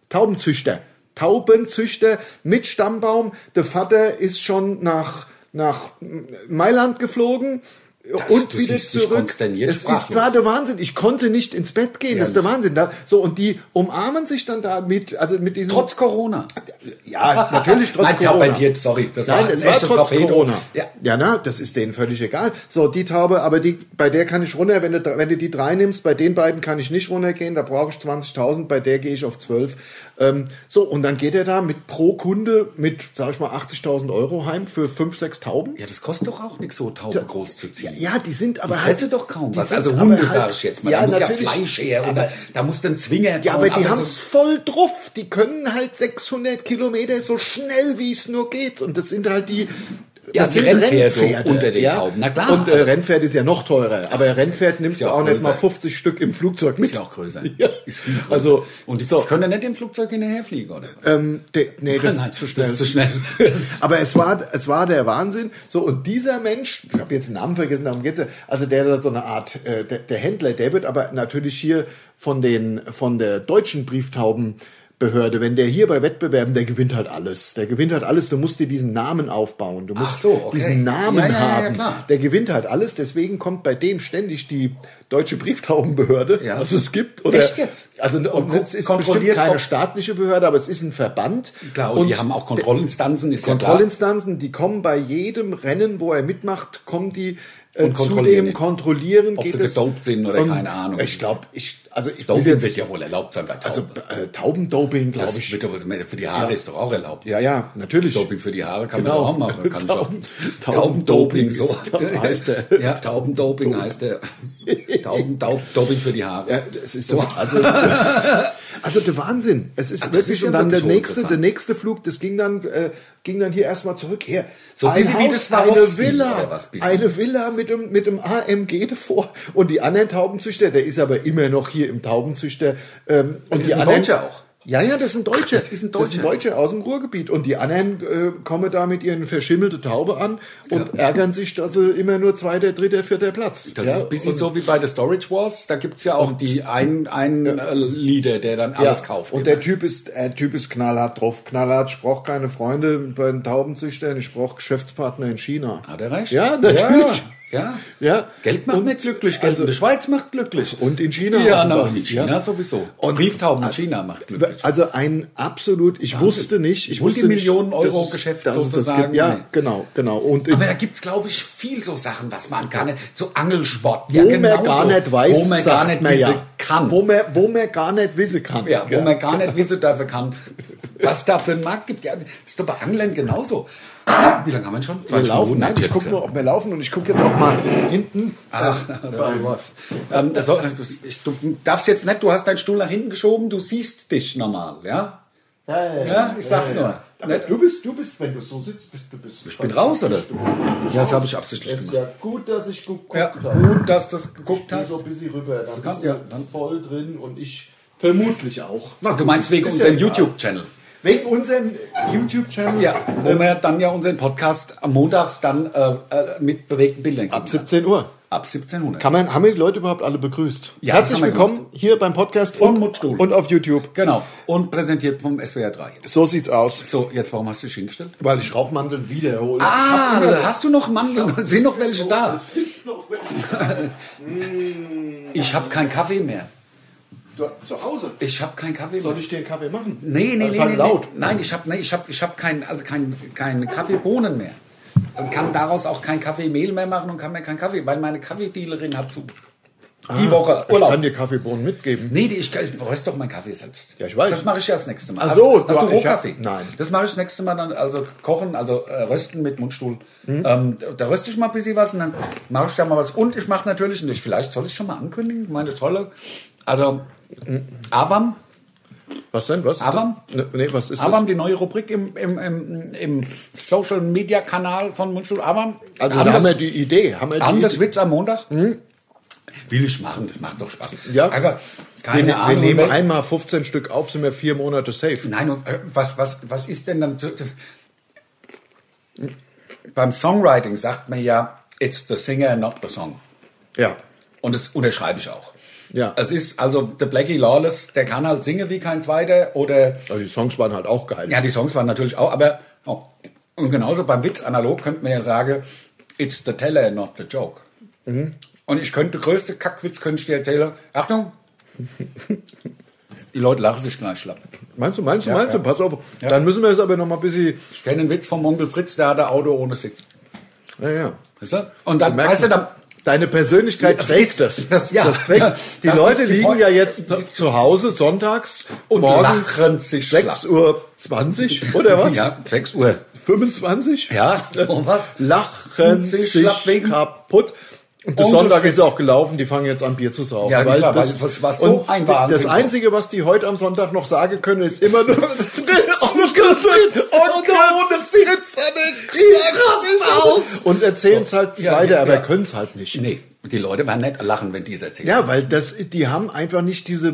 Speaker 3: Taubenzüchter. Taubenzüchter mit Stammbaum. Der Vater ist schon nach, nach Mailand geflogen und
Speaker 2: du
Speaker 3: wieder
Speaker 2: siehst dich
Speaker 3: zurück.
Speaker 2: konsterniert
Speaker 3: Es ist
Speaker 2: sprachlos.
Speaker 3: war der Wahnsinn. Ich konnte nicht ins Bett gehen. das ist der Wahnsinn. Da, so und die umarmen sich dann da mit, also mit diesem.
Speaker 2: Trotz Corona.
Speaker 3: ja, Äh, natürlich trotz
Speaker 2: Nein, ich hab
Speaker 3: Corona.
Speaker 2: rentiert, sorry. Das
Speaker 3: Nein,
Speaker 2: war
Speaker 3: es
Speaker 2: ein
Speaker 3: war
Speaker 2: echtes
Speaker 3: trotz
Speaker 2: Torpedo.
Speaker 3: Corona.
Speaker 2: Ja.
Speaker 3: ja, na, das ist denen völlig egal. So, die Taube, aber die, bei der kann ich runter, wenn du, wenn du die drei nimmst, bei den beiden kann ich nicht runtergehen, da brauche ich 20.000, bei der gehe ich auf 12. Ähm, so, und dann geht er da mit pro Kunde mit, sag ich mal, 80.000 Euro heim für fünf, sechs Tauben.
Speaker 2: Ja, das kostet doch auch nichts, so Tauben groß zu ziehen.
Speaker 3: Ja, die sind aber
Speaker 2: Die
Speaker 3: halt-
Speaker 2: fresse doch kaum
Speaker 3: die
Speaker 2: was.
Speaker 3: sind
Speaker 2: Also
Speaker 3: aber
Speaker 2: Hunde
Speaker 3: halt-
Speaker 2: sag ich jetzt mal.
Speaker 3: Ja,
Speaker 2: da muss
Speaker 3: natürlich.
Speaker 2: ja Fleisch her
Speaker 3: Aber-
Speaker 2: oder da muss dann Zwinger Also
Speaker 3: Ja, aber die
Speaker 2: Halt so-
Speaker 3: haben's voll drauf. Die können halt 600 Kilometer so schnell, wie es nur geht. Und das sind halt die.
Speaker 2: Ja,
Speaker 3: das
Speaker 2: die Rennpferde unter den Tauben. Na klar.
Speaker 3: Und äh, Rennpferd ist ja noch teurer. Aber Rennpferd nimmst
Speaker 2: ja
Speaker 3: du
Speaker 2: auch
Speaker 3: auch nicht mal
Speaker 2: größer.
Speaker 3: 50 Stück im Flugzeug mit.
Speaker 2: Ist ja auch größer.
Speaker 3: Ja.
Speaker 2: Ist viel größer.
Speaker 3: Also,
Speaker 2: und die
Speaker 3: so.
Speaker 2: können dann nicht im Flugzeug hinterherfliegen, oder?
Speaker 3: Ähm, de, nee, das
Speaker 2: Nein,
Speaker 3: ist zu schnell.
Speaker 2: das ist halt zu schnell.
Speaker 3: Aber es war, es war der Wahnsinn. So, und dieser Mensch, ich habe jetzt den Namen vergessen, darum geht's ja. Also der da so eine Art, äh, der, der Händler, der wird aber natürlich hier von den, von der deutschen Brieftaubenbehörde, wenn der hier bei Wettbewerben, der gewinnt halt alles. Der gewinnt halt alles. Du musst dir diesen Namen aufbauen. Du musst
Speaker 2: Ach so, okay.
Speaker 3: diesen Namen
Speaker 2: Ja, ja, ja, ja,
Speaker 3: haben.
Speaker 2: klar.
Speaker 3: Der gewinnt halt alles. Deswegen kommt bei dem ständig die deutsche Brieftaubenbehörde,
Speaker 2: Ja.
Speaker 3: was es gibt. Oder,
Speaker 2: Echt jetzt?
Speaker 3: Also, und
Speaker 2: ko-
Speaker 3: es ist bestimmt
Speaker 2: kontrolliert,
Speaker 3: keine
Speaker 2: ob-
Speaker 3: staatliche Behörde, aber es ist ein Verband.
Speaker 2: Klar, und, die haben auch Kontrollinstanzen, ist ja
Speaker 3: Kontrollinstanzen, die kommen bei jedem Rennen, wo er mitmacht, kommen die äh,
Speaker 2: Und
Speaker 3: zu
Speaker 2: kontrollieren
Speaker 3: dem
Speaker 2: ihn.
Speaker 3: kontrollieren.
Speaker 2: Ob sie gedopt sind oder
Speaker 3: Und
Speaker 2: keine Ahnung.
Speaker 3: Ich glaube, ich, also ich
Speaker 2: klar.
Speaker 3: will
Speaker 2: Doping
Speaker 3: jetzt,
Speaker 2: wird ja wohl erlaubt sein bei
Speaker 3: also
Speaker 2: Tauben.
Speaker 3: äh, Taubendoping, glaube
Speaker 2: das
Speaker 3: ich.
Speaker 2: wird ja wohl, für die Haare ist doch auch erlaubt.
Speaker 3: Ja, ja, natürlich.
Speaker 2: Doping für die Haare kann man
Speaker 3: Genau.
Speaker 2: doch auch machen. Kann
Speaker 3: Tauben-
Speaker 2: ich auch. Taubendoping,
Speaker 3: Taubendoping
Speaker 2: so
Speaker 3: ist- heißt der.
Speaker 2: Ja, Taubendoping heißt der. Tauben, Taub, Doping für die Haare.
Speaker 3: Ja, es ist doch, also, es ist- also der Wahnsinn. Es ist
Speaker 2: Also das
Speaker 3: wirklich
Speaker 2: ist ja
Speaker 3: und dann der
Speaker 2: wirklich
Speaker 3: nächste, der
Speaker 2: hochinteressant.
Speaker 3: nächste Flug, das ging dann, äh, ging dann hier erstmal zurück her.
Speaker 2: So ein bisschen wie das
Speaker 3: eine
Speaker 2: Swarovski
Speaker 3: Villa,
Speaker 2: oder was, bisschen.
Speaker 3: eine Villa mit dem mit dem AMG davor und die anderen Taubenzüchter, der ist aber immer noch hier im Taubenzüchter ähm, und
Speaker 2: ist
Speaker 3: die
Speaker 2: ein
Speaker 3: anderen
Speaker 2: Deutscher auch.
Speaker 3: Ja, ja, das sind Deutsche.
Speaker 2: das ist ein
Speaker 3: Das sind Deutsche aus dem Ruhrgebiet. Und die anderen äh, kommen da mit ihren verschimmelte Taube an und ärgern sich, dass sie immer nur zweiter, dritter, vierter Platz.
Speaker 2: Das
Speaker 3: ja,
Speaker 2: ist ein bisschen
Speaker 3: und-
Speaker 2: so wie bei The Storage Wars. Da gibt's ja auch die einen, einen äh, Leader, der dann alles kauft.
Speaker 3: Und der Typ ist, äh, typ ist knallhart drauf. Knallhart, ich brauche
Speaker 2: Ah,
Speaker 3: keine Freunde bei den Taubenzüchtern, ich brauche Geschäftspartner in China.
Speaker 2: Hat er recht?
Speaker 3: Ja, natürlich.
Speaker 2: Ja?
Speaker 3: Ja. also
Speaker 2: Geld macht nicht glücklich, Geld in der Schweiz macht glücklich.
Speaker 3: Und in China.
Speaker 2: Ja, na,
Speaker 3: offenbar.
Speaker 2: in China
Speaker 3: Ja.
Speaker 2: sowieso. Und Brieftauben in China macht glücklich.
Speaker 3: Also ein absolut, ich wusste nicht, ich wusste nicht,
Speaker 2: Multimillionen
Speaker 3: dass es-
Speaker 2: Euro Geschäft
Speaker 3: dass es das
Speaker 2: sozusagen.
Speaker 3: gibt. Ja,
Speaker 2: Nee.
Speaker 3: genau, genau. Und in-
Speaker 2: Aber da gibt's glaub glaube ich, viel so Sachen, was man gar nicht, so Angelsport.
Speaker 3: wo man gar nicht
Speaker 2: wo
Speaker 3: weiß,
Speaker 2: man
Speaker 3: sagt
Speaker 2: gar nicht
Speaker 3: man
Speaker 2: wissen
Speaker 3: ja.
Speaker 2: kann.
Speaker 3: Wo man, wo man gar nicht wissen kann.
Speaker 2: ja, wo
Speaker 3: gell?
Speaker 2: man gar nicht wissen dafür kann, was da für einen Markt gibt. Ja, das ist doch bei Anglern genauso. Wie lange haben wir schon?
Speaker 3: wir
Speaker 2: 20
Speaker 3: laufen.
Speaker 2: Minuten,
Speaker 3: Nein,
Speaker 2: hätte
Speaker 3: ich gucke
Speaker 2: jetzt
Speaker 3: nur, ob wir laufen und ich gucke jetzt auch mal hinten.
Speaker 2: Ach, das läuft. Ähm, das soll, ich, du darfst jetzt nicht, du hast deinen Stuhl nach hinten geschoben, du siehst dich normal, ja?
Speaker 3: ja,
Speaker 2: Ja, ich sag's nur.
Speaker 3: Aber du bist, du bist, wenn du so sitzt, bist du bist.
Speaker 2: Ich bin raus, oder? Ja, das habe ich absichtlich
Speaker 3: Es ist
Speaker 2: gemacht.
Speaker 3: ja gut, dass ich geguckt
Speaker 2: Ja,
Speaker 3: habe.
Speaker 2: gut, dass du das geguckt
Speaker 3: Ich bin
Speaker 2: hast.
Speaker 3: so ein bisschen rüber. Dann
Speaker 2: kannst
Speaker 3: bist du
Speaker 2: ja, dann-
Speaker 3: voll drin und ich vermutlich auch.
Speaker 2: Na, du meinst wegen
Speaker 3: Ist
Speaker 2: unserem
Speaker 3: ja egal.
Speaker 2: YouTube-Channel.
Speaker 3: Wegen unserem YouTube-Channel.
Speaker 2: Ja, wo
Speaker 3: Ähm,
Speaker 2: wir dann ja unseren Podcast am montags dann äh, äh, mit bewegten Bildern
Speaker 3: Ab
Speaker 2: gucken.
Speaker 3: 17 Uhr.
Speaker 2: Ab 1700.
Speaker 3: Kann man, haben wir die Leute überhaupt alle begrüßt?
Speaker 2: Ja,
Speaker 3: Herzlich
Speaker 2: haben wir
Speaker 3: willkommen hier beim Podcast
Speaker 2: Von
Speaker 3: und,
Speaker 2: Mundstuhl.
Speaker 3: und auf YouTube.
Speaker 2: Genau. Und präsentiert vom SWR 3.
Speaker 3: So sieht's aus.
Speaker 2: So, jetzt warum hast du dich hingestellt?
Speaker 3: Weil ich Rauchmandeln wiederhole.
Speaker 2: Ah, hast du noch Mandeln? Sind noch welche da? Ich habe keinen Kaffee mehr.
Speaker 3: Du, zu Hause.
Speaker 2: Ich habe keinen Kaffee mehr.
Speaker 3: Soll ich dir einen Kaffee machen?
Speaker 2: Nee, nee,
Speaker 3: Das
Speaker 2: nee,
Speaker 3: war
Speaker 2: nee,
Speaker 3: laut.
Speaker 2: nee. Nein, ich habe nee, ich hab, ich hab kein, also kein, keine Kaffeebohnen mehr. Und kann daraus auch kein Kaffeemehl mehr machen und kann mir keinen Kaffee, weil meine Kaffeedealerin hat zu. Die Woche
Speaker 3: Ah, Ich
Speaker 2: Urlaub.
Speaker 3: kann dir Kaffeebohnen mitgeben.
Speaker 2: Nee, die, ich, ich röst doch meinen Kaffee selbst.
Speaker 3: Ja, ich weiß.
Speaker 2: Das mache ich ja das nächste Mal.
Speaker 3: Ach so,
Speaker 2: hast, hast du
Speaker 3: du- ich hab-
Speaker 2: Rohkaffee?
Speaker 3: nein.
Speaker 2: Das mache ich das nächste Mal dann, also kochen, also äh, rösten mit Mundstuhl.
Speaker 3: Mhm.
Speaker 2: Ähm, da, da röste ich mal ein bisschen was und dann mache ich da mal was. Und ich mache natürlich, und ich, vielleicht soll ich schon mal ankündigen, meine tolle, also
Speaker 3: Mhm.
Speaker 2: Avam,
Speaker 3: Was denn? Was?
Speaker 2: Avam?
Speaker 3: Ne- Nee, was ist
Speaker 2: Avam, die neue Rubrik im, im, im, im Social Media Kanal von Mundstuhl Avam.
Speaker 3: das? Also da
Speaker 2: Anders-
Speaker 3: haben wir die Idee. Haben wir die
Speaker 2: Anders
Speaker 3: Idee.
Speaker 2: Witz am Montag. Will ich machen, das macht doch Spaß.
Speaker 3: Ja.
Speaker 2: Einfach,
Speaker 3: Wir,
Speaker 2: keine
Speaker 3: ne- wir
Speaker 2: Ahnung.
Speaker 3: nehmen
Speaker 2: wel-
Speaker 3: einmal 15 Stück auf, sind wir vier Monate safe.
Speaker 2: Nein, und äh, was, was, was ist denn dann zu, zu, beim Songwriting sagt man ja, it's the singer, not the song.
Speaker 3: Ja.
Speaker 2: Und das unterschreibe ich auch.
Speaker 3: Ja.
Speaker 2: Es ist also der Blackie Lawless, der kann halt singen wie kein zweiter oder
Speaker 3: Aber die Songs waren halt auch geil.
Speaker 2: ja, die Songs waren natürlich auch, aber oh, und genauso beim Witz analog könnte man ja sagen, it's the teller, not the joke.
Speaker 3: Mhm.
Speaker 2: Und ich könnte, größte Kackwitz könnte ich dir erzählen, Achtung, die Leute lachen sich gleich schlapp.
Speaker 3: Meinst du, meinst du,
Speaker 2: Ja,
Speaker 3: meinst du?
Speaker 2: ja.
Speaker 3: Pass auf. Dann müssen wir es aber noch mal ein bisschen.
Speaker 2: Ich kenne einen Witz vom Onkel Fritz, der hatte Auto ohne Sitz.
Speaker 3: Ja, ja.
Speaker 2: Weißt du? Und dann,
Speaker 3: Merkst
Speaker 2: weißt du, dann,
Speaker 3: Deine Persönlichkeit trägt das.
Speaker 2: das- ja.
Speaker 3: das trägt. Die
Speaker 2: Das-
Speaker 3: Leute
Speaker 2: die-
Speaker 3: liegen ja jetzt zu Hause sonntags
Speaker 2: Und
Speaker 3: morgens
Speaker 2: lachen sich
Speaker 3: 6.20 Uhr 20, oder was?
Speaker 2: Ja, 6 Uhr.
Speaker 3: 25?
Speaker 2: Ja, sowas.
Speaker 3: Lachen sich,
Speaker 2: schlapp wegen.
Speaker 3: kaputt. Und der
Speaker 2: Ungefähr.
Speaker 3: Sonntag ist auch gelaufen, die fangen jetzt an Bier zu saufen.
Speaker 2: Ja, klar, weil das war so
Speaker 3: und
Speaker 2: ein
Speaker 3: Das
Speaker 2: Wahnsinn.
Speaker 3: Einzige, was die heute am Sonntag noch sagen können, ist immer nur... Onkel Fritz! Onkel Fritz hat
Speaker 2: Die rasten aus.
Speaker 3: Und erzählen es halt
Speaker 2: Ja,
Speaker 3: weiter,
Speaker 2: ja,
Speaker 3: aber
Speaker 2: ja.
Speaker 3: können es halt nicht.
Speaker 2: Nee, die Leute werden nicht lachen, wenn die es erzählen.
Speaker 3: Ja, weil das, die haben einfach nicht diese,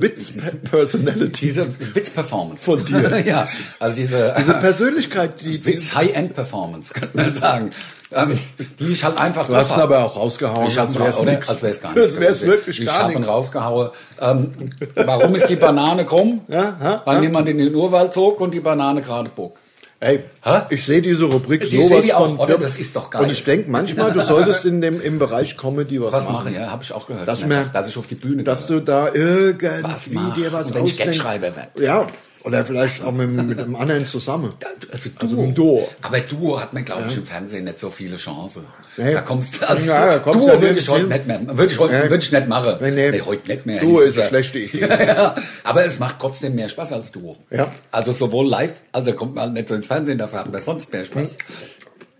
Speaker 3: Witz-Personality.
Speaker 2: Diese Witz-Performance.
Speaker 3: Von dir.
Speaker 2: ja, also diese,
Speaker 3: Diese Persönlichkeit, die, die
Speaker 2: Witz-High-End-Performance, könnte man sagen. Ähm, die ich halt einfach
Speaker 3: Du hast ihn
Speaker 2: drauf hab.
Speaker 3: aber auch rausgehauen.
Speaker 2: Ich hab's
Speaker 3: als wär's
Speaker 2: raus, oder?
Speaker 3: nix.
Speaker 2: Als wär's gar nichts.
Speaker 3: Das wär's
Speaker 2: gewesen.
Speaker 3: wirklich
Speaker 2: Ich
Speaker 3: gar
Speaker 2: hab ihn
Speaker 3: nichts.
Speaker 2: rausgehauen. Ähm, warum ist die Banane krumm?
Speaker 3: Ja, ja,
Speaker 2: Weil
Speaker 3: ja.
Speaker 2: jemand in den Urwald zog und die Banane gerade bog.
Speaker 3: Ey,
Speaker 2: Hä?
Speaker 3: ich sehe diese Rubrik
Speaker 2: Ich seh
Speaker 3: sowas
Speaker 2: die auch,
Speaker 3: von.
Speaker 2: oder? Das ist doch geil.
Speaker 3: Und ich denke manchmal, du solltest in dem, im Bereich Comedy was,
Speaker 2: Was
Speaker 3: machen.
Speaker 2: mache ich? Ja, habe ich auch gehört.
Speaker 3: Dass
Speaker 2: Mehrfach,
Speaker 3: mir-
Speaker 2: dass ich auf die Bühne
Speaker 3: Dass
Speaker 2: gehe.
Speaker 3: du da irgendwie
Speaker 2: Was mach?
Speaker 3: dir was
Speaker 2: Und wenn ich
Speaker 3: ausdenkst.
Speaker 2: Sketchschreiber werd.
Speaker 3: Ja, oder vielleicht auch mit, mit einem anderen zusammen.
Speaker 2: Also Duo.
Speaker 3: Also im Duo.
Speaker 2: Aber Duo hat man, glaube ich, im Fernsehen nicht so viele Chancen.
Speaker 3: Nee.
Speaker 2: Da kommst du, also
Speaker 3: Ja, da kommst
Speaker 2: Duo
Speaker 3: du ja
Speaker 2: würde
Speaker 3: nicht
Speaker 2: ich heute
Speaker 3: hin.
Speaker 2: nicht mehr, würde ich heute,
Speaker 3: Nee.
Speaker 2: würde ich nicht machen.
Speaker 3: Nee, nee.
Speaker 2: heute nicht mehr.
Speaker 3: Duo
Speaker 2: hieß
Speaker 3: ist eine
Speaker 2: ja.
Speaker 3: schlechte Idee.
Speaker 2: Ja, ja. Aber es macht trotzdem mehr Spaß als Duo.
Speaker 3: Ja.
Speaker 2: Also sowohl live, also kommt man halt nicht so ins Fernsehen, dafür hat man sonst mehr Spaß.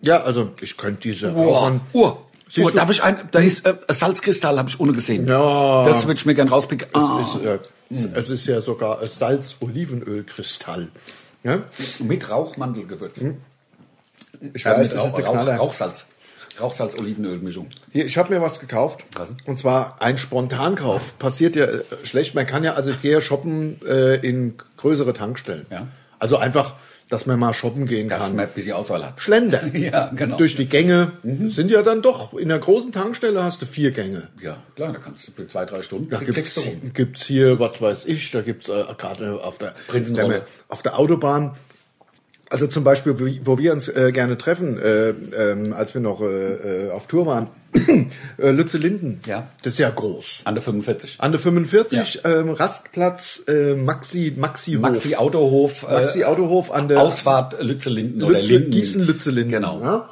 Speaker 3: Ja, also ich könnte diese
Speaker 2: Uhr,
Speaker 3: Rauchern-
Speaker 2: Uhr.
Speaker 3: Siehst
Speaker 2: Uhr,
Speaker 3: du?
Speaker 2: darf ich ein, da ist äh, Salzkristall, habe ich ohne gesehen.
Speaker 3: Ja.
Speaker 2: Das würde ich mir gern rauspicken. Ah.
Speaker 3: Es ist, äh, es ist ja sogar ein Salz-Olivenöl-Kristall. ne? Ja?
Speaker 2: Mit Rauchmandelgewürz.
Speaker 3: Ich
Speaker 2: Ja,
Speaker 3: weiß,
Speaker 2: mit
Speaker 3: das
Speaker 2: Rauch,
Speaker 3: ist der
Speaker 2: Rauch,
Speaker 3: Knaller.
Speaker 2: Rauchsalz. Rauchsalz-Olivenöl-Mischung.
Speaker 3: Hier, ich habe mir was gekauft.
Speaker 2: Was?
Speaker 3: Und zwar ein Spontankauf. Passiert ja äh, schlecht. Man kann ja, also ich gehe ja shoppen äh, in größere Tankstellen.
Speaker 2: Ja.
Speaker 3: Also einfach, dass man mal shoppen gehen
Speaker 2: Dass
Speaker 3: kann.
Speaker 2: man ein bisschen Auswahl hat.
Speaker 3: Schlender.
Speaker 2: Ja, genau. Mhm.
Speaker 3: Durch die Gänge sind ja dann doch, in der großen Tankstelle hast du vier Gänge.
Speaker 2: Ja, klar, da kannst du für zwei, drei Stunden
Speaker 3: Da
Speaker 2: kriegst
Speaker 3: gibt's,
Speaker 2: du rum.
Speaker 3: gibt's hier, was weiß ich, da gibt's äh, gerade auf der
Speaker 2: Prinzenrolle.
Speaker 3: auf der Autobahn Also zum Beispiel, wo- wo wir uns äh, gerne treffen, äh, ähm, als wir noch äh, äh, auf Tour waren, äh, Lütze Linden.
Speaker 2: Ja.
Speaker 3: Das ist ja groß.
Speaker 2: An der 45.
Speaker 3: An der 45, ähm, Rastplatz, äh, Maxi, Maxi, Hof.
Speaker 2: Maxi Autohof. äh,
Speaker 3: Maxi Autohof an der
Speaker 2: Ausfahrt Lütze-Linden oder
Speaker 3: Lütze,
Speaker 2: Linden.
Speaker 3: Gießen Lütze Linden.
Speaker 2: Genau.
Speaker 3: Ja?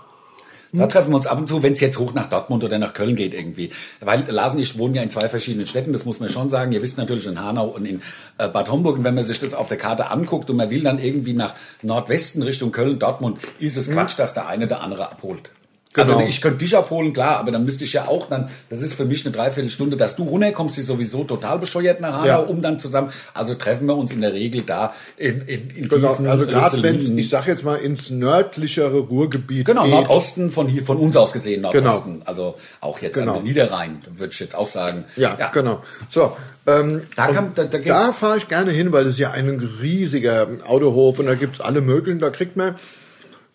Speaker 2: Da treffen wir uns ab und zu, wenn es jetzt hoch nach Dortmund oder nach Köln geht irgendwie. Weil Lars und ich wohnen ja in zwei verschiedenen Städten, das muss man schon sagen. Ihr wisst natürlich in Hanau und in äh, Bad Homburg. Und wenn man sich das auf der Karte anguckt und man will dann irgendwie nach Nordwesten Richtung Köln, Dortmund, ist es Quatsch, dass der eine der andere abholt.
Speaker 3: Mhm. Genau.
Speaker 2: Also ich könnte dich abholen, klar, aber dann müsste ich ja auch dann, das ist für mich eine Dreiviertelstunde, dass du runterkommst, ist sowieso total bescheuert nach Hanau,
Speaker 3: Ja.
Speaker 2: um dann zusammen, also treffen wir uns in der Regel da in, in, in
Speaker 3: Genau,
Speaker 2: Gießen,
Speaker 3: also gerade wenn
Speaker 2: Lützellinden.
Speaker 3: ich sag jetzt mal ins nördlichere Ruhrgebiet
Speaker 2: Genau,
Speaker 3: geht.
Speaker 2: Nordosten von hier, von uns aus gesehen, Nordosten. Also auch jetzt
Speaker 3: Genau.
Speaker 2: an den Niederrhein, würde ich jetzt auch sagen.
Speaker 3: Ja, genau. So, ähm,
Speaker 2: Da
Speaker 3: und
Speaker 2: kann- da- da gibt's-
Speaker 3: da fahre ich gerne hin, weil das ist ja ein riesiger Autohof und da gibt's alle möglichen, da kriegt man,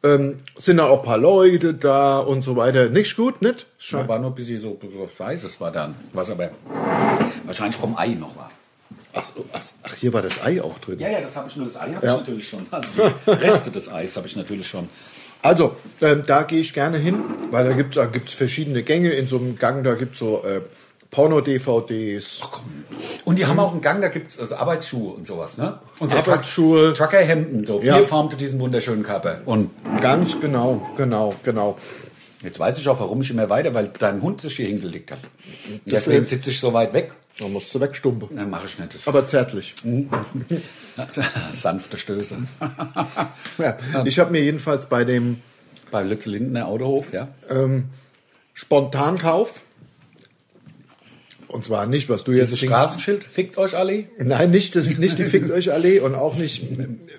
Speaker 3: ähm, sind dann auch ein paar Leute da und so weiter. Nicht gut, nicht?
Speaker 2: Da
Speaker 3: Schade.
Speaker 2: war nur ein bisschen so, so weiß es war dann. Was aber wahrscheinlich vom Ei noch war.
Speaker 3: Ach, so, ach, so, ach, hier war das Ei auch drin.
Speaker 2: Ja, ja, das habe ich nur, das Ei habe
Speaker 3: Ja.
Speaker 2: ich natürlich schon. Also die Reste des Eis habe ich natürlich schon.
Speaker 3: Also, ähm, da gehe ich gerne hin, weil da gibt's da gibt's verschiedene Gänge. In so einem Gang, da gibt's so äh, Porno-DVDs.
Speaker 2: Und die haben auch einen Gang, da gibt es also Arbeitsschuhe und sowas, ne? Und so
Speaker 3: Arbeitsschuhe.
Speaker 2: Truck- Truckerhemden, so.
Speaker 3: Ja.
Speaker 2: Ihr formte diesen wunderschönen Körper. Und
Speaker 3: Ganz genau, genau, genau.
Speaker 2: jetzt weiß ich auch, warum ich immer weiter, weil dein Hund sich hier hingelegt hat. Deswegen sitze ich so weit weg.
Speaker 3: Da musst du wegstumpen.
Speaker 2: Dann mache ich nicht das.
Speaker 3: Aber zärtlich.
Speaker 2: Sanfte Stöße.
Speaker 3: Ja, ich habe mir jedenfalls bei dem
Speaker 2: Bei Lütze Lindener Autohof, ja.
Speaker 3: ähm, Spontankauf, und zwar nicht, was du jetzt
Speaker 2: Dieses
Speaker 3: denkst.
Speaker 2: Straßenschild fickt euch alle.
Speaker 3: Nein, nicht, das, nicht die Fickt euch Allee und auch nicht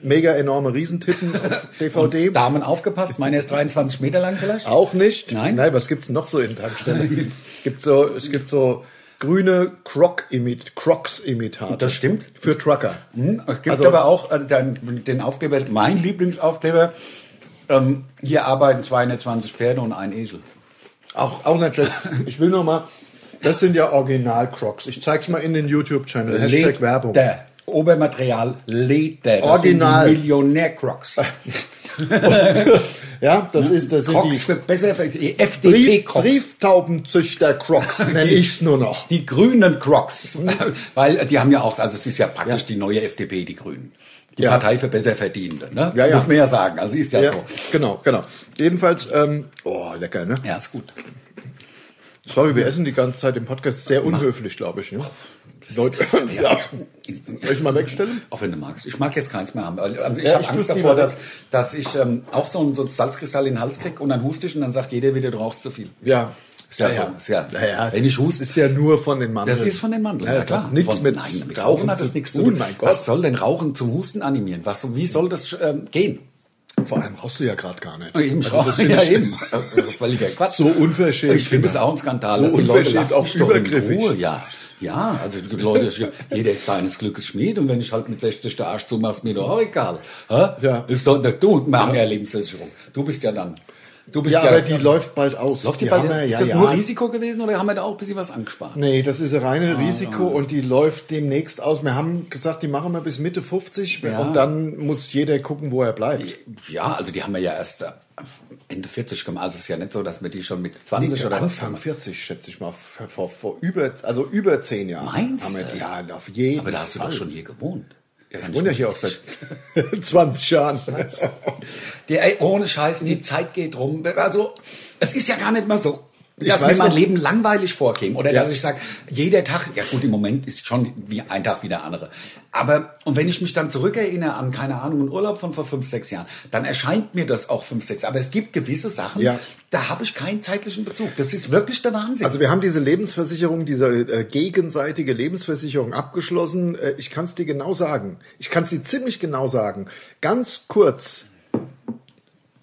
Speaker 3: mega enorme Riesentitten auf DVD.
Speaker 2: Damen aufgepasst, meine ist 23 Meter lang vielleicht.
Speaker 3: Auch nicht.
Speaker 2: Nein.
Speaker 3: Nein, was gibt's noch so in Tankstellen? gibt so, es gibt so grüne Croc -Imit Crocs Imitate.
Speaker 2: Das stimmt.
Speaker 3: Für Trucker.
Speaker 2: Hm, Es gibt
Speaker 3: Also-
Speaker 2: aber auch äh, den, den Aufkleber, mein Lieblingsaufkleber. Ähm, hier arbeiten 220 Pferde und ein Esel.
Speaker 3: Auch, auch nicht schlecht. Ich will noch mal. Das sind ja Original Crocs. Ich zeig's mal in den YouTube Channel. Hashtag Werbung.
Speaker 2: Leder. Obermaterial Leder. Das
Speaker 3: Original.
Speaker 2: sind die Millionär-Crocs.
Speaker 3: Ja, das ist das sind
Speaker 2: Crocs
Speaker 3: die
Speaker 2: für besser, für die
Speaker 3: Brief,
Speaker 2: FDP-Crocs.
Speaker 3: Brieftaubenzüchter Crocs nenne ich's nur noch.
Speaker 2: Die grünen Crocs, weil äh, die haben ja auch, also es ist ja praktisch die neue FDP, die Grünen. Die
Speaker 3: Ja.
Speaker 2: Partei für Besserverdienende, ne?
Speaker 3: Ja, ja.
Speaker 2: Muss man ja sagen, also ist ja,
Speaker 3: Ja,
Speaker 2: so.
Speaker 3: genau, genau. Jedenfalls, ähm, oh, lecker, ne?
Speaker 2: Ja, ist gut.
Speaker 3: Sorry, wir essen die ganze Zeit im Podcast. Sehr unhöflich, glaube ich. Ne? Leute, ja. Soll ich mal wegstellen?
Speaker 2: Auch wenn du magst. Ich mag jetzt keins mehr haben. Also ich
Speaker 3: Ja,
Speaker 2: habe
Speaker 3: ich tu's
Speaker 2: Angst davor,
Speaker 3: lieber
Speaker 2: dass,
Speaker 3: weg.
Speaker 2: dass ich ähm, auch so ein, so ein Salzkristall in den Hals krieg und dann huste ich und dann sagt jeder wieder, du rauchst zu viel.
Speaker 3: Ja.
Speaker 2: Ist ja so, ist ja- wenn ich huste-
Speaker 3: das ist ja nur von den Mandeln.
Speaker 2: Das ist von den Mandeln,
Speaker 3: Ja,
Speaker 2: ja,
Speaker 3: das
Speaker 2: klar.
Speaker 3: hat nichts
Speaker 2: von,
Speaker 3: mit
Speaker 2: nein, mit
Speaker 3: Rauchen
Speaker 2: Rauchen hat
Speaker 3: zu
Speaker 2: das nichts zu
Speaker 3: tun,
Speaker 2: tun.
Speaker 3: mein Gott.
Speaker 2: Was soll denn Rauchen zum Husten animieren? Was, wie soll das ähm, gehen?
Speaker 3: Vor allem brauchst du ja gerade gar nicht.
Speaker 2: Also das ja, eben. äh, Völliger Quatsch.
Speaker 3: So unverschämt. genau.
Speaker 2: Ich finde es auch ein Skandal,
Speaker 3: So
Speaker 2: dass die Leute
Speaker 3: unverschämt,
Speaker 2: lassen
Speaker 3: auch
Speaker 2: mich doch in
Speaker 3: übergriffig.
Speaker 2: Ruhe. Ja, ja, also die Leute, ich- jeder ist seines Glückes Schmied und wenn ich halt mit 60 der Arsch zumache, ist mir doch auch egal. Hä?
Speaker 3: Ja.
Speaker 2: Ist doch nicht du, wir haben ja Lebensversicherung. Du bist ja dann. Du bist
Speaker 3: ja,
Speaker 2: ja,
Speaker 3: aber die läuft bald aus.
Speaker 2: Läuft die
Speaker 3: haben
Speaker 2: bei,
Speaker 3: wir-
Speaker 2: ist
Speaker 3: ja,
Speaker 2: das
Speaker 3: ja.
Speaker 2: nur Risiko gewesen oder haben wir da auch ein bisschen was angespart?
Speaker 3: Nee, das ist ein reines Risiko und die läuft demnächst aus. Wir haben gesagt, die machen wir bis Mitte 50
Speaker 2: Ja.
Speaker 3: und dann muss jeder gucken, wo er bleibt.
Speaker 2: Ja, also die haben wir ja erst äh, Ende 40 gemacht. Also es ist ja nicht so, dass wir die schon mit 20 oder was
Speaker 3: Anfang 40, schätze ich mal, vor, vor, vor über, also über zehn Jahren.
Speaker 2: Meinst
Speaker 3: haben wir,
Speaker 2: du?
Speaker 3: Ja, auf jeden
Speaker 2: Aber da hast du
Speaker 3: Fall.
Speaker 2: doch schon hier gewohnt.
Speaker 3: Ja,
Speaker 2: Kann
Speaker 3: ich wohne ja
Speaker 2: mich
Speaker 3: hier auch seit 20 Jahren.
Speaker 2: Die, ey, ohne Scheiß, die
Speaker 3: Hm.
Speaker 2: Zeit geht rum. Also, es ist ja gar nicht mal so.
Speaker 3: Ich
Speaker 2: Dass mir
Speaker 3: weiß
Speaker 2: mein
Speaker 3: nicht.
Speaker 2: Leben langweilig vorkäme oder
Speaker 3: Ja.
Speaker 2: dass ich sage, jeder Tag, ja gut, im Moment ist schon wie ein Tag wie der andere. Aber, und wenn ich mich dann zurückerinnere an, keine Ahnung, einen Urlaub von vor fünf, sechs Jahren, dann erscheint mir das auch fünf, sechs. Aber es gibt gewisse Sachen,
Speaker 3: Ja.
Speaker 2: da habe ich keinen zeitlichen Bezug. Das ist wirklich der Wahnsinn.
Speaker 3: Also wir haben diese Lebensversicherung, diese äh, gegenseitige Lebensversicherung abgeschlossen. Äh, ich kann es dir genau sagen. Ich kann es dir ziemlich genau sagen. Ganz kurz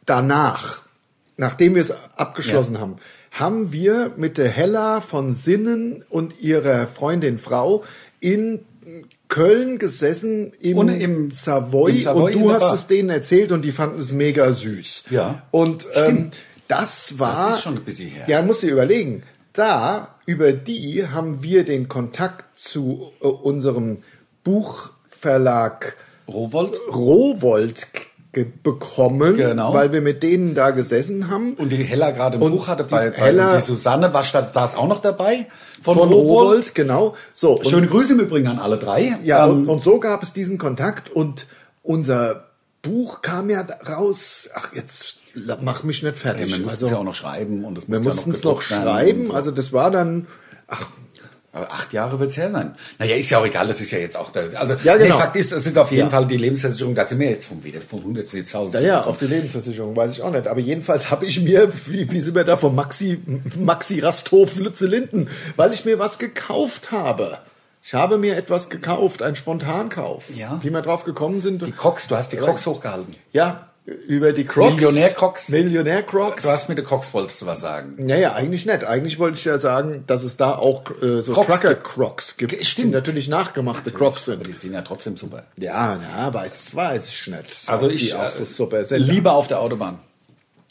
Speaker 3: danach, nachdem wir es abgeschlossen haben, haben wir mit der Hella von Sinnen und ihrer Freundin Frau in Köln gesessen im,
Speaker 2: Und im-
Speaker 3: Savoy,
Speaker 2: im Savoy
Speaker 3: und
Speaker 2: in
Speaker 3: du
Speaker 2: der
Speaker 3: hast
Speaker 2: Bar.
Speaker 3: es denen erzählt und die fanden es mega süß.
Speaker 2: Ja.
Speaker 3: Und ähm, das war
Speaker 2: Das ist schon ein bisschen her.
Speaker 3: Ah, ja, muss dir überlegen. Da, über die haben wir den Kontakt zu äh, unserem Buchverlag
Speaker 2: Rowold?
Speaker 3: Rowold k- ge bekommen,
Speaker 2: Genau.
Speaker 3: weil wir mit denen da gesessen haben.
Speaker 2: Und die Hella gerade ein
Speaker 3: Und
Speaker 2: Buch hatte bei,
Speaker 3: die
Speaker 2: bei
Speaker 3: Hella-
Speaker 2: und die Susanne war, statt- saß auch noch dabei von,
Speaker 3: Von
Speaker 2: Rowold.
Speaker 3: Rowold, genau. So, und-
Speaker 2: Schöne Grüße im Übrigen an alle drei.
Speaker 3: Ja,
Speaker 2: Ähm,
Speaker 3: und, und so gab es diesen Kontakt und unser Buch kam ja raus. Ach, jetzt la- mach mich nicht
Speaker 2: ey,
Speaker 3: fertig.
Speaker 2: wir mussten
Speaker 3: also,
Speaker 2: es ja auch noch schreiben und es
Speaker 3: wir
Speaker 2: musste
Speaker 3: mussten es noch
Speaker 2: gedruckt werden und
Speaker 3: schreiben.
Speaker 2: so.
Speaker 3: Also das war dann, ach,
Speaker 2: Aber acht Jahre wird's her sein. Naja, ist ja auch egal, das ist ja jetzt auch der. Also
Speaker 3: Ja, genau.
Speaker 2: nee, Fakt ist, es ist auf jeden
Speaker 3: Ja.
Speaker 2: Fall die Lebensversicherung, da sind wir jetzt vom wieder vom 100 zu 1000.
Speaker 3: naja, auf die Lebensversicherung weiß ich auch nicht. Aber jedenfalls habe ich mir, wie, wie sind wir da von Maxi, Maxi Rasthof Lütze Linden, weil ich mir was gekauft habe. Ich habe mir etwas gekauft, ein Spontankauf.
Speaker 2: Ja.
Speaker 3: Wie wir drauf gekommen sind.
Speaker 2: Die Crocs, du hast die Crocs hochgehalten.
Speaker 3: ja, über die Crocs.
Speaker 2: Millionär Crocs.
Speaker 3: Millionär Crocs.
Speaker 2: Du hast mit den Crocs wolltest du was sagen.
Speaker 3: Naja, eigentlich nicht. Eigentlich wollte ich ja sagen, dass es da auch äh, so
Speaker 2: Crocs gibt.
Speaker 3: Trucker-Crocs gibt, die
Speaker 2: Stimmt.
Speaker 3: natürlich nachgemachte Crocs
Speaker 2: Aber
Speaker 3: sind.
Speaker 2: die sind ja trotzdem super.
Speaker 3: Ja, na, weiß, weiß ich nicht.
Speaker 2: Also
Speaker 3: Ob
Speaker 2: ich
Speaker 3: die auch
Speaker 2: äh,
Speaker 3: so super sind.
Speaker 2: lieber auf der Autobahn.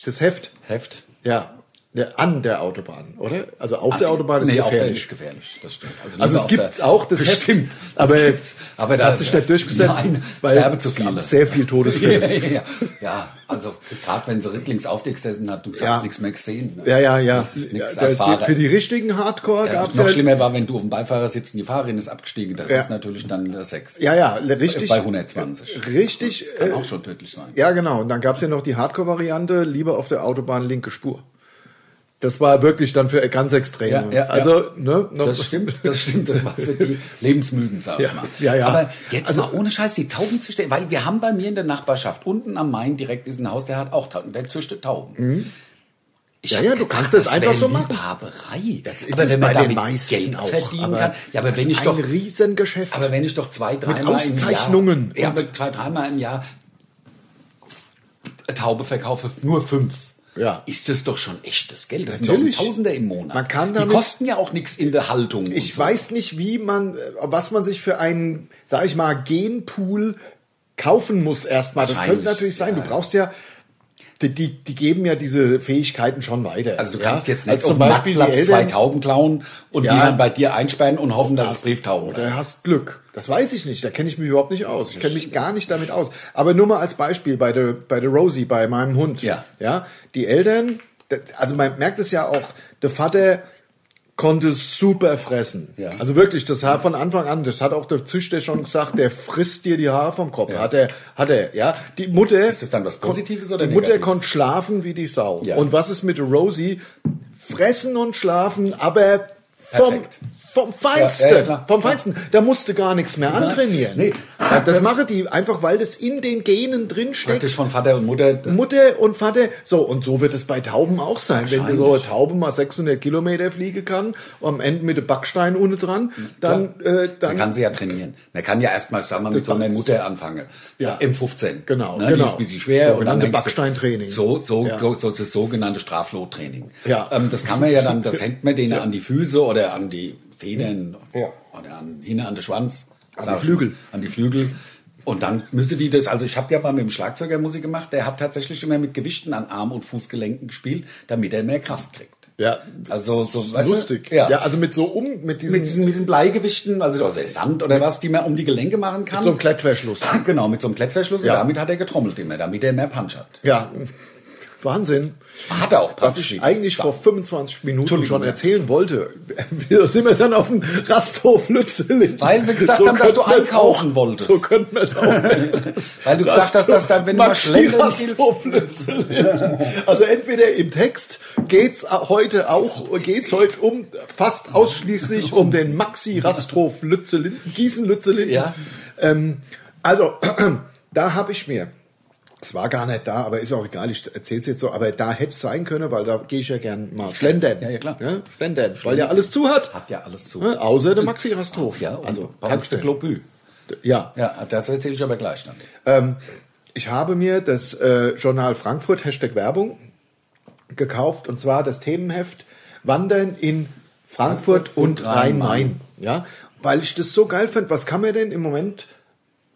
Speaker 3: das Heft.
Speaker 2: Heft.
Speaker 3: Ja, ja, an der Autobahn, oder? Also auf der Autobahn ist
Speaker 2: nee, auf der
Speaker 3: gefährlich.
Speaker 2: ist gefährlich. Das stimmt.
Speaker 3: also
Speaker 2: lieber
Speaker 3: es
Speaker 2: auf
Speaker 3: gibt
Speaker 2: der-
Speaker 3: auch das
Speaker 2: Bestimmt.
Speaker 3: Heft,
Speaker 2: Das
Speaker 3: aber,
Speaker 2: gibt's. aber
Speaker 3: das hat sich nicht durchgesetzt,
Speaker 2: Nein,
Speaker 3: weil
Speaker 2: sterbe zu
Speaker 3: es
Speaker 2: viele.
Speaker 3: gab sehr viel Todesfälle.
Speaker 2: ja, ja, ja. ja, also gerade wenn sie rücklings auf dir gesessen hat, du hast
Speaker 3: Ja.
Speaker 2: nichts mehr gesehen. ne?
Speaker 3: Ja, ja, ja.
Speaker 2: Das ist nichts
Speaker 3: Da
Speaker 2: als
Speaker 3: ist die-
Speaker 2: Fahrer.
Speaker 3: für die richtigen Hardcore
Speaker 2: ja,
Speaker 3: gab's
Speaker 2: noch
Speaker 3: ja-
Speaker 2: schlimmer war, wenn du auf dem Beifahrer sitzt und die Fahrerin ist abgestiegen. Das
Speaker 3: Ja.
Speaker 2: ist natürlich dann der Sex.
Speaker 3: Ja, ja, richtig.
Speaker 2: Bei 120.
Speaker 3: Richtig.
Speaker 2: Das kann
Speaker 3: äh,
Speaker 2: auch schon tödlich sein.
Speaker 3: Ja, genau. Und dann gab's ja noch die Hardcore-Variante, lieber auf der Autobahn linke Spur. Das war wirklich dann für ganz extrem.
Speaker 2: Ja, ja,
Speaker 3: also, ne, noch,
Speaker 2: Das stimmt, das stimmt. Das war für die Lebensmüden, sag ich
Speaker 3: Ja,
Speaker 2: mal.
Speaker 3: ja, ja.
Speaker 2: Aber jetzt
Speaker 3: Also-
Speaker 2: mal ohne Scheiß die Tauben zu stellen, weil wir haben bei mir in der Nachbarschaft unten am Main direkt ist ein Haus, der hat auch Tauben, der züchtet Tauben. Ich
Speaker 3: Mhm. Ja,
Speaker 2: hab
Speaker 3: ja, du kannst das einfach
Speaker 2: wäre
Speaker 3: so machen.
Speaker 2: Liebhaberei.
Speaker 3: das ist es bei den meisten
Speaker 2: Geld
Speaker 3: auch.
Speaker 2: verdienen
Speaker 3: aber
Speaker 2: kann. Ja, aber
Speaker 3: das
Speaker 2: wenn
Speaker 3: ist
Speaker 2: ich doch
Speaker 3: ein Riesengeschäft.
Speaker 2: aber wenn ich doch zwei, dreimal
Speaker 3: Auszeichnungen
Speaker 2: im Jahr,
Speaker 3: und-
Speaker 2: ja, aber zwei, dreimal im Jahr Taube verkaufe, nur fünf.
Speaker 3: Ja.
Speaker 2: Ist das doch schon echtes Geld? Das
Speaker 3: Natürlich.
Speaker 2: sind doch Tausender im Monat.
Speaker 3: Man kann
Speaker 2: Die
Speaker 3: damit-
Speaker 2: kosten ja auch nichts in der Haltung. und
Speaker 3: ich
Speaker 2: so.
Speaker 3: weiß nicht, wie man, äh, was man sich für einen, sag ich mal, Genpool kaufen muss erstmal. Das
Speaker 2: Wahrscheinlich,
Speaker 3: könnte natürlich sein.
Speaker 2: ja.
Speaker 3: Du brauchst ja, die, die, die geben ja diese Fähigkeiten schon weiter.
Speaker 2: Also du
Speaker 3: ja?
Speaker 2: kannst jetzt nicht
Speaker 3: Als
Speaker 2: auf
Speaker 3: zum
Speaker 2: dem
Speaker 3: Beispiel die
Speaker 2: Marktplatz zwei
Speaker 3: Eltern-
Speaker 2: Tauben klauen und
Speaker 3: Ja.
Speaker 2: die dann bei dir einsperren und hoffen, dass es Brieftauben
Speaker 3: Oder
Speaker 2: werden.
Speaker 3: hast Glück. Das weiß ich nicht. Da kenne ich mich überhaupt nicht aus. Ich kenne mich gar nicht damit aus. Aber nur mal als Beispiel bei der, bei der Rosie, bei meinem Hund.
Speaker 2: Ja.
Speaker 3: Ja. Die Eltern, da- also man merkt es ja auch, der Vater konnte super fressen.
Speaker 2: Ja.
Speaker 3: Also wirklich, das hat von Anfang an, das hat auch der Züchter schon gesagt, der frisst dir die Haare vom Kopf. Hat er, hat er, ja. Die Mutter.
Speaker 2: Ist das dann was Positives oder
Speaker 3: Die Mutter
Speaker 2: Negatives?
Speaker 3: konnte schlafen wie die Sau.
Speaker 2: Ja.
Speaker 3: Und was ist mit der Rosie? Fressen und schlafen, aber vom,
Speaker 2: Perfekt.
Speaker 3: vom Feinsten.
Speaker 2: Ja, ja, klar.
Speaker 3: vom Feinsten. Da musste gar nichts mehr antrainieren.
Speaker 2: Nee.
Speaker 3: Ja, das mache die einfach, weil das in den Genen
Speaker 2: Praktisch
Speaker 3: drinsteckt.
Speaker 2: von Vater und Mutter.
Speaker 3: Mutter und Vater, so und so wird es bei Tauben auch sein. Wenn du so eine
Speaker 2: Wahrscheinlich.
Speaker 3: Taube mal 600 Kilometer fliegen kann, am Ende mit dem Backstein ohne dran, dann, äh,
Speaker 2: Man
Speaker 3: dann
Speaker 2: kann sie ja trainieren. Man kann ja erstmal, sagen wir, mit so einer Mutter anfangen.
Speaker 3: Ja.
Speaker 2: Im 15.
Speaker 3: Genau,
Speaker 2: ne,
Speaker 3: genau.
Speaker 2: Die ist ein bisschen schwer. und dann
Speaker 3: Sogenannte
Speaker 2: hängst du-
Speaker 3: Backsteintraining.
Speaker 2: So, so,
Speaker 3: Ja.
Speaker 2: so, so das sogenannte Straflottraining.
Speaker 3: Ja.
Speaker 2: Ähm, das kann man ja dann, das hängt man denen an die Füße oder an die Federn
Speaker 3: Hm. Ja.
Speaker 2: oder an, hinten an den Schwanz.
Speaker 3: An
Speaker 2: Sag
Speaker 3: die
Speaker 2: ich
Speaker 3: Flügel.
Speaker 2: mal. An die Flügel. Und dann müsste die das, also ich habe ja mal mit dem Schlagzeuger Musik gemacht, der hat tatsächlich immer mit Gewichten an Arm- und Fußgelenken gespielt, damit er mehr Kraft kriegt.
Speaker 3: ja,
Speaker 2: Also so weißt du,
Speaker 3: lustig.
Speaker 2: Ja.
Speaker 3: ja, also mit so um mit diesem
Speaker 2: mit diesen, mit diesen Bleigewichten, also also Sand oder was, die man um die Gelenke machen kann.
Speaker 3: mit so einem Klettverschluss.
Speaker 2: Genau, mit so einem Klettverschluss.
Speaker 3: Ja.
Speaker 2: Und damit hat er getrommelt immer, damit er mehr Punch hat.
Speaker 3: Ja, Wahnsinn.
Speaker 2: Hat er auch Punch.
Speaker 3: Was ich eigentlich vor 25 Minuten
Speaker 2: Entschuldigung.
Speaker 3: schon erzählen wollte. Da sind wir dann auf dem Rasthof Lützelingen.
Speaker 2: Weil wir gesagt haben, dass
Speaker 3: könnten
Speaker 2: du
Speaker 3: wir es
Speaker 2: einkaufen
Speaker 3: auch,
Speaker 2: wolltest.
Speaker 3: So könnten wir es auch. nennen.
Speaker 2: Weil du gesagt hast, dass da, wenn du mal
Speaker 3: Maxi
Speaker 2: schlendern
Speaker 3: Rasthof Lützelingen. Also entweder im Text geht's heute auch, geht's heute um, fast ausschließlich um den Maxi Rasthof Lützelingen, Gießen Lützelingen.
Speaker 2: Ja.
Speaker 3: Ähm, also, da habe ich mir, es war gar nicht da, aber ist auch egal, ich erzähle es jetzt so, aber da hätte es sein können, weil da gehe ich ja gern mal schlendern.
Speaker 2: Ja, ja, klar.
Speaker 3: Ne? Schlendern, weil ja alles zu hat.
Speaker 2: Hat ja alles zu.
Speaker 3: Ne? Außer der Maxi Rasthof.
Speaker 2: Ja, also bei uns
Speaker 3: kannst
Speaker 2: der
Speaker 3: du
Speaker 2: Globü.
Speaker 3: Ja.
Speaker 2: Ja, das erzähle ich aber gleich dann.
Speaker 3: Ähm, ich habe mir das äh, Journal Frankfurt, Hashtag Werbung, gekauft und zwar das Themenheft Wandern in Frankfurt und Rhein-Main. Ja, weil ich das so geil fand. Was kann man denn im Moment?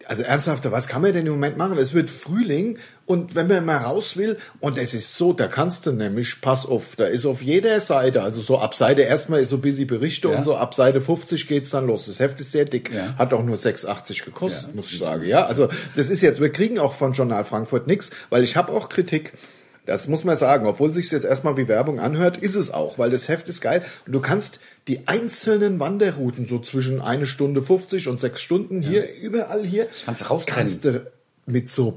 Speaker 3: Also ernsthaft, was kann man denn im Moment machen? Es wird Frühling und wenn man mal raus will, und es ist so, da kannst du nämlich, pass auf, da ist auf jeder Seite, also so ab Seite erstmal ist so busy Berichte
Speaker 2: Ja.
Speaker 3: und so ab Seite 50 geht's dann los. Das Heft ist sehr dick,
Speaker 2: Ja.
Speaker 3: hat auch nur 6,80 gekostet,
Speaker 2: Ja.
Speaker 3: muss ich sagen. Ja, also das ist jetzt, wir kriegen auch von Journal Frankfurt nichts, weil ich habe auch Kritik. Das muss man sagen, obwohl sich's jetzt erstmal wie Werbung anhört, ist es auch, weil das Heft ist geil und du kannst die einzelnen Wanderrouten so zwischen eine Stunde 50 und sechs Stunden hier überall hier
Speaker 2: Kannst du raustrennen.
Speaker 3: kannst du mit so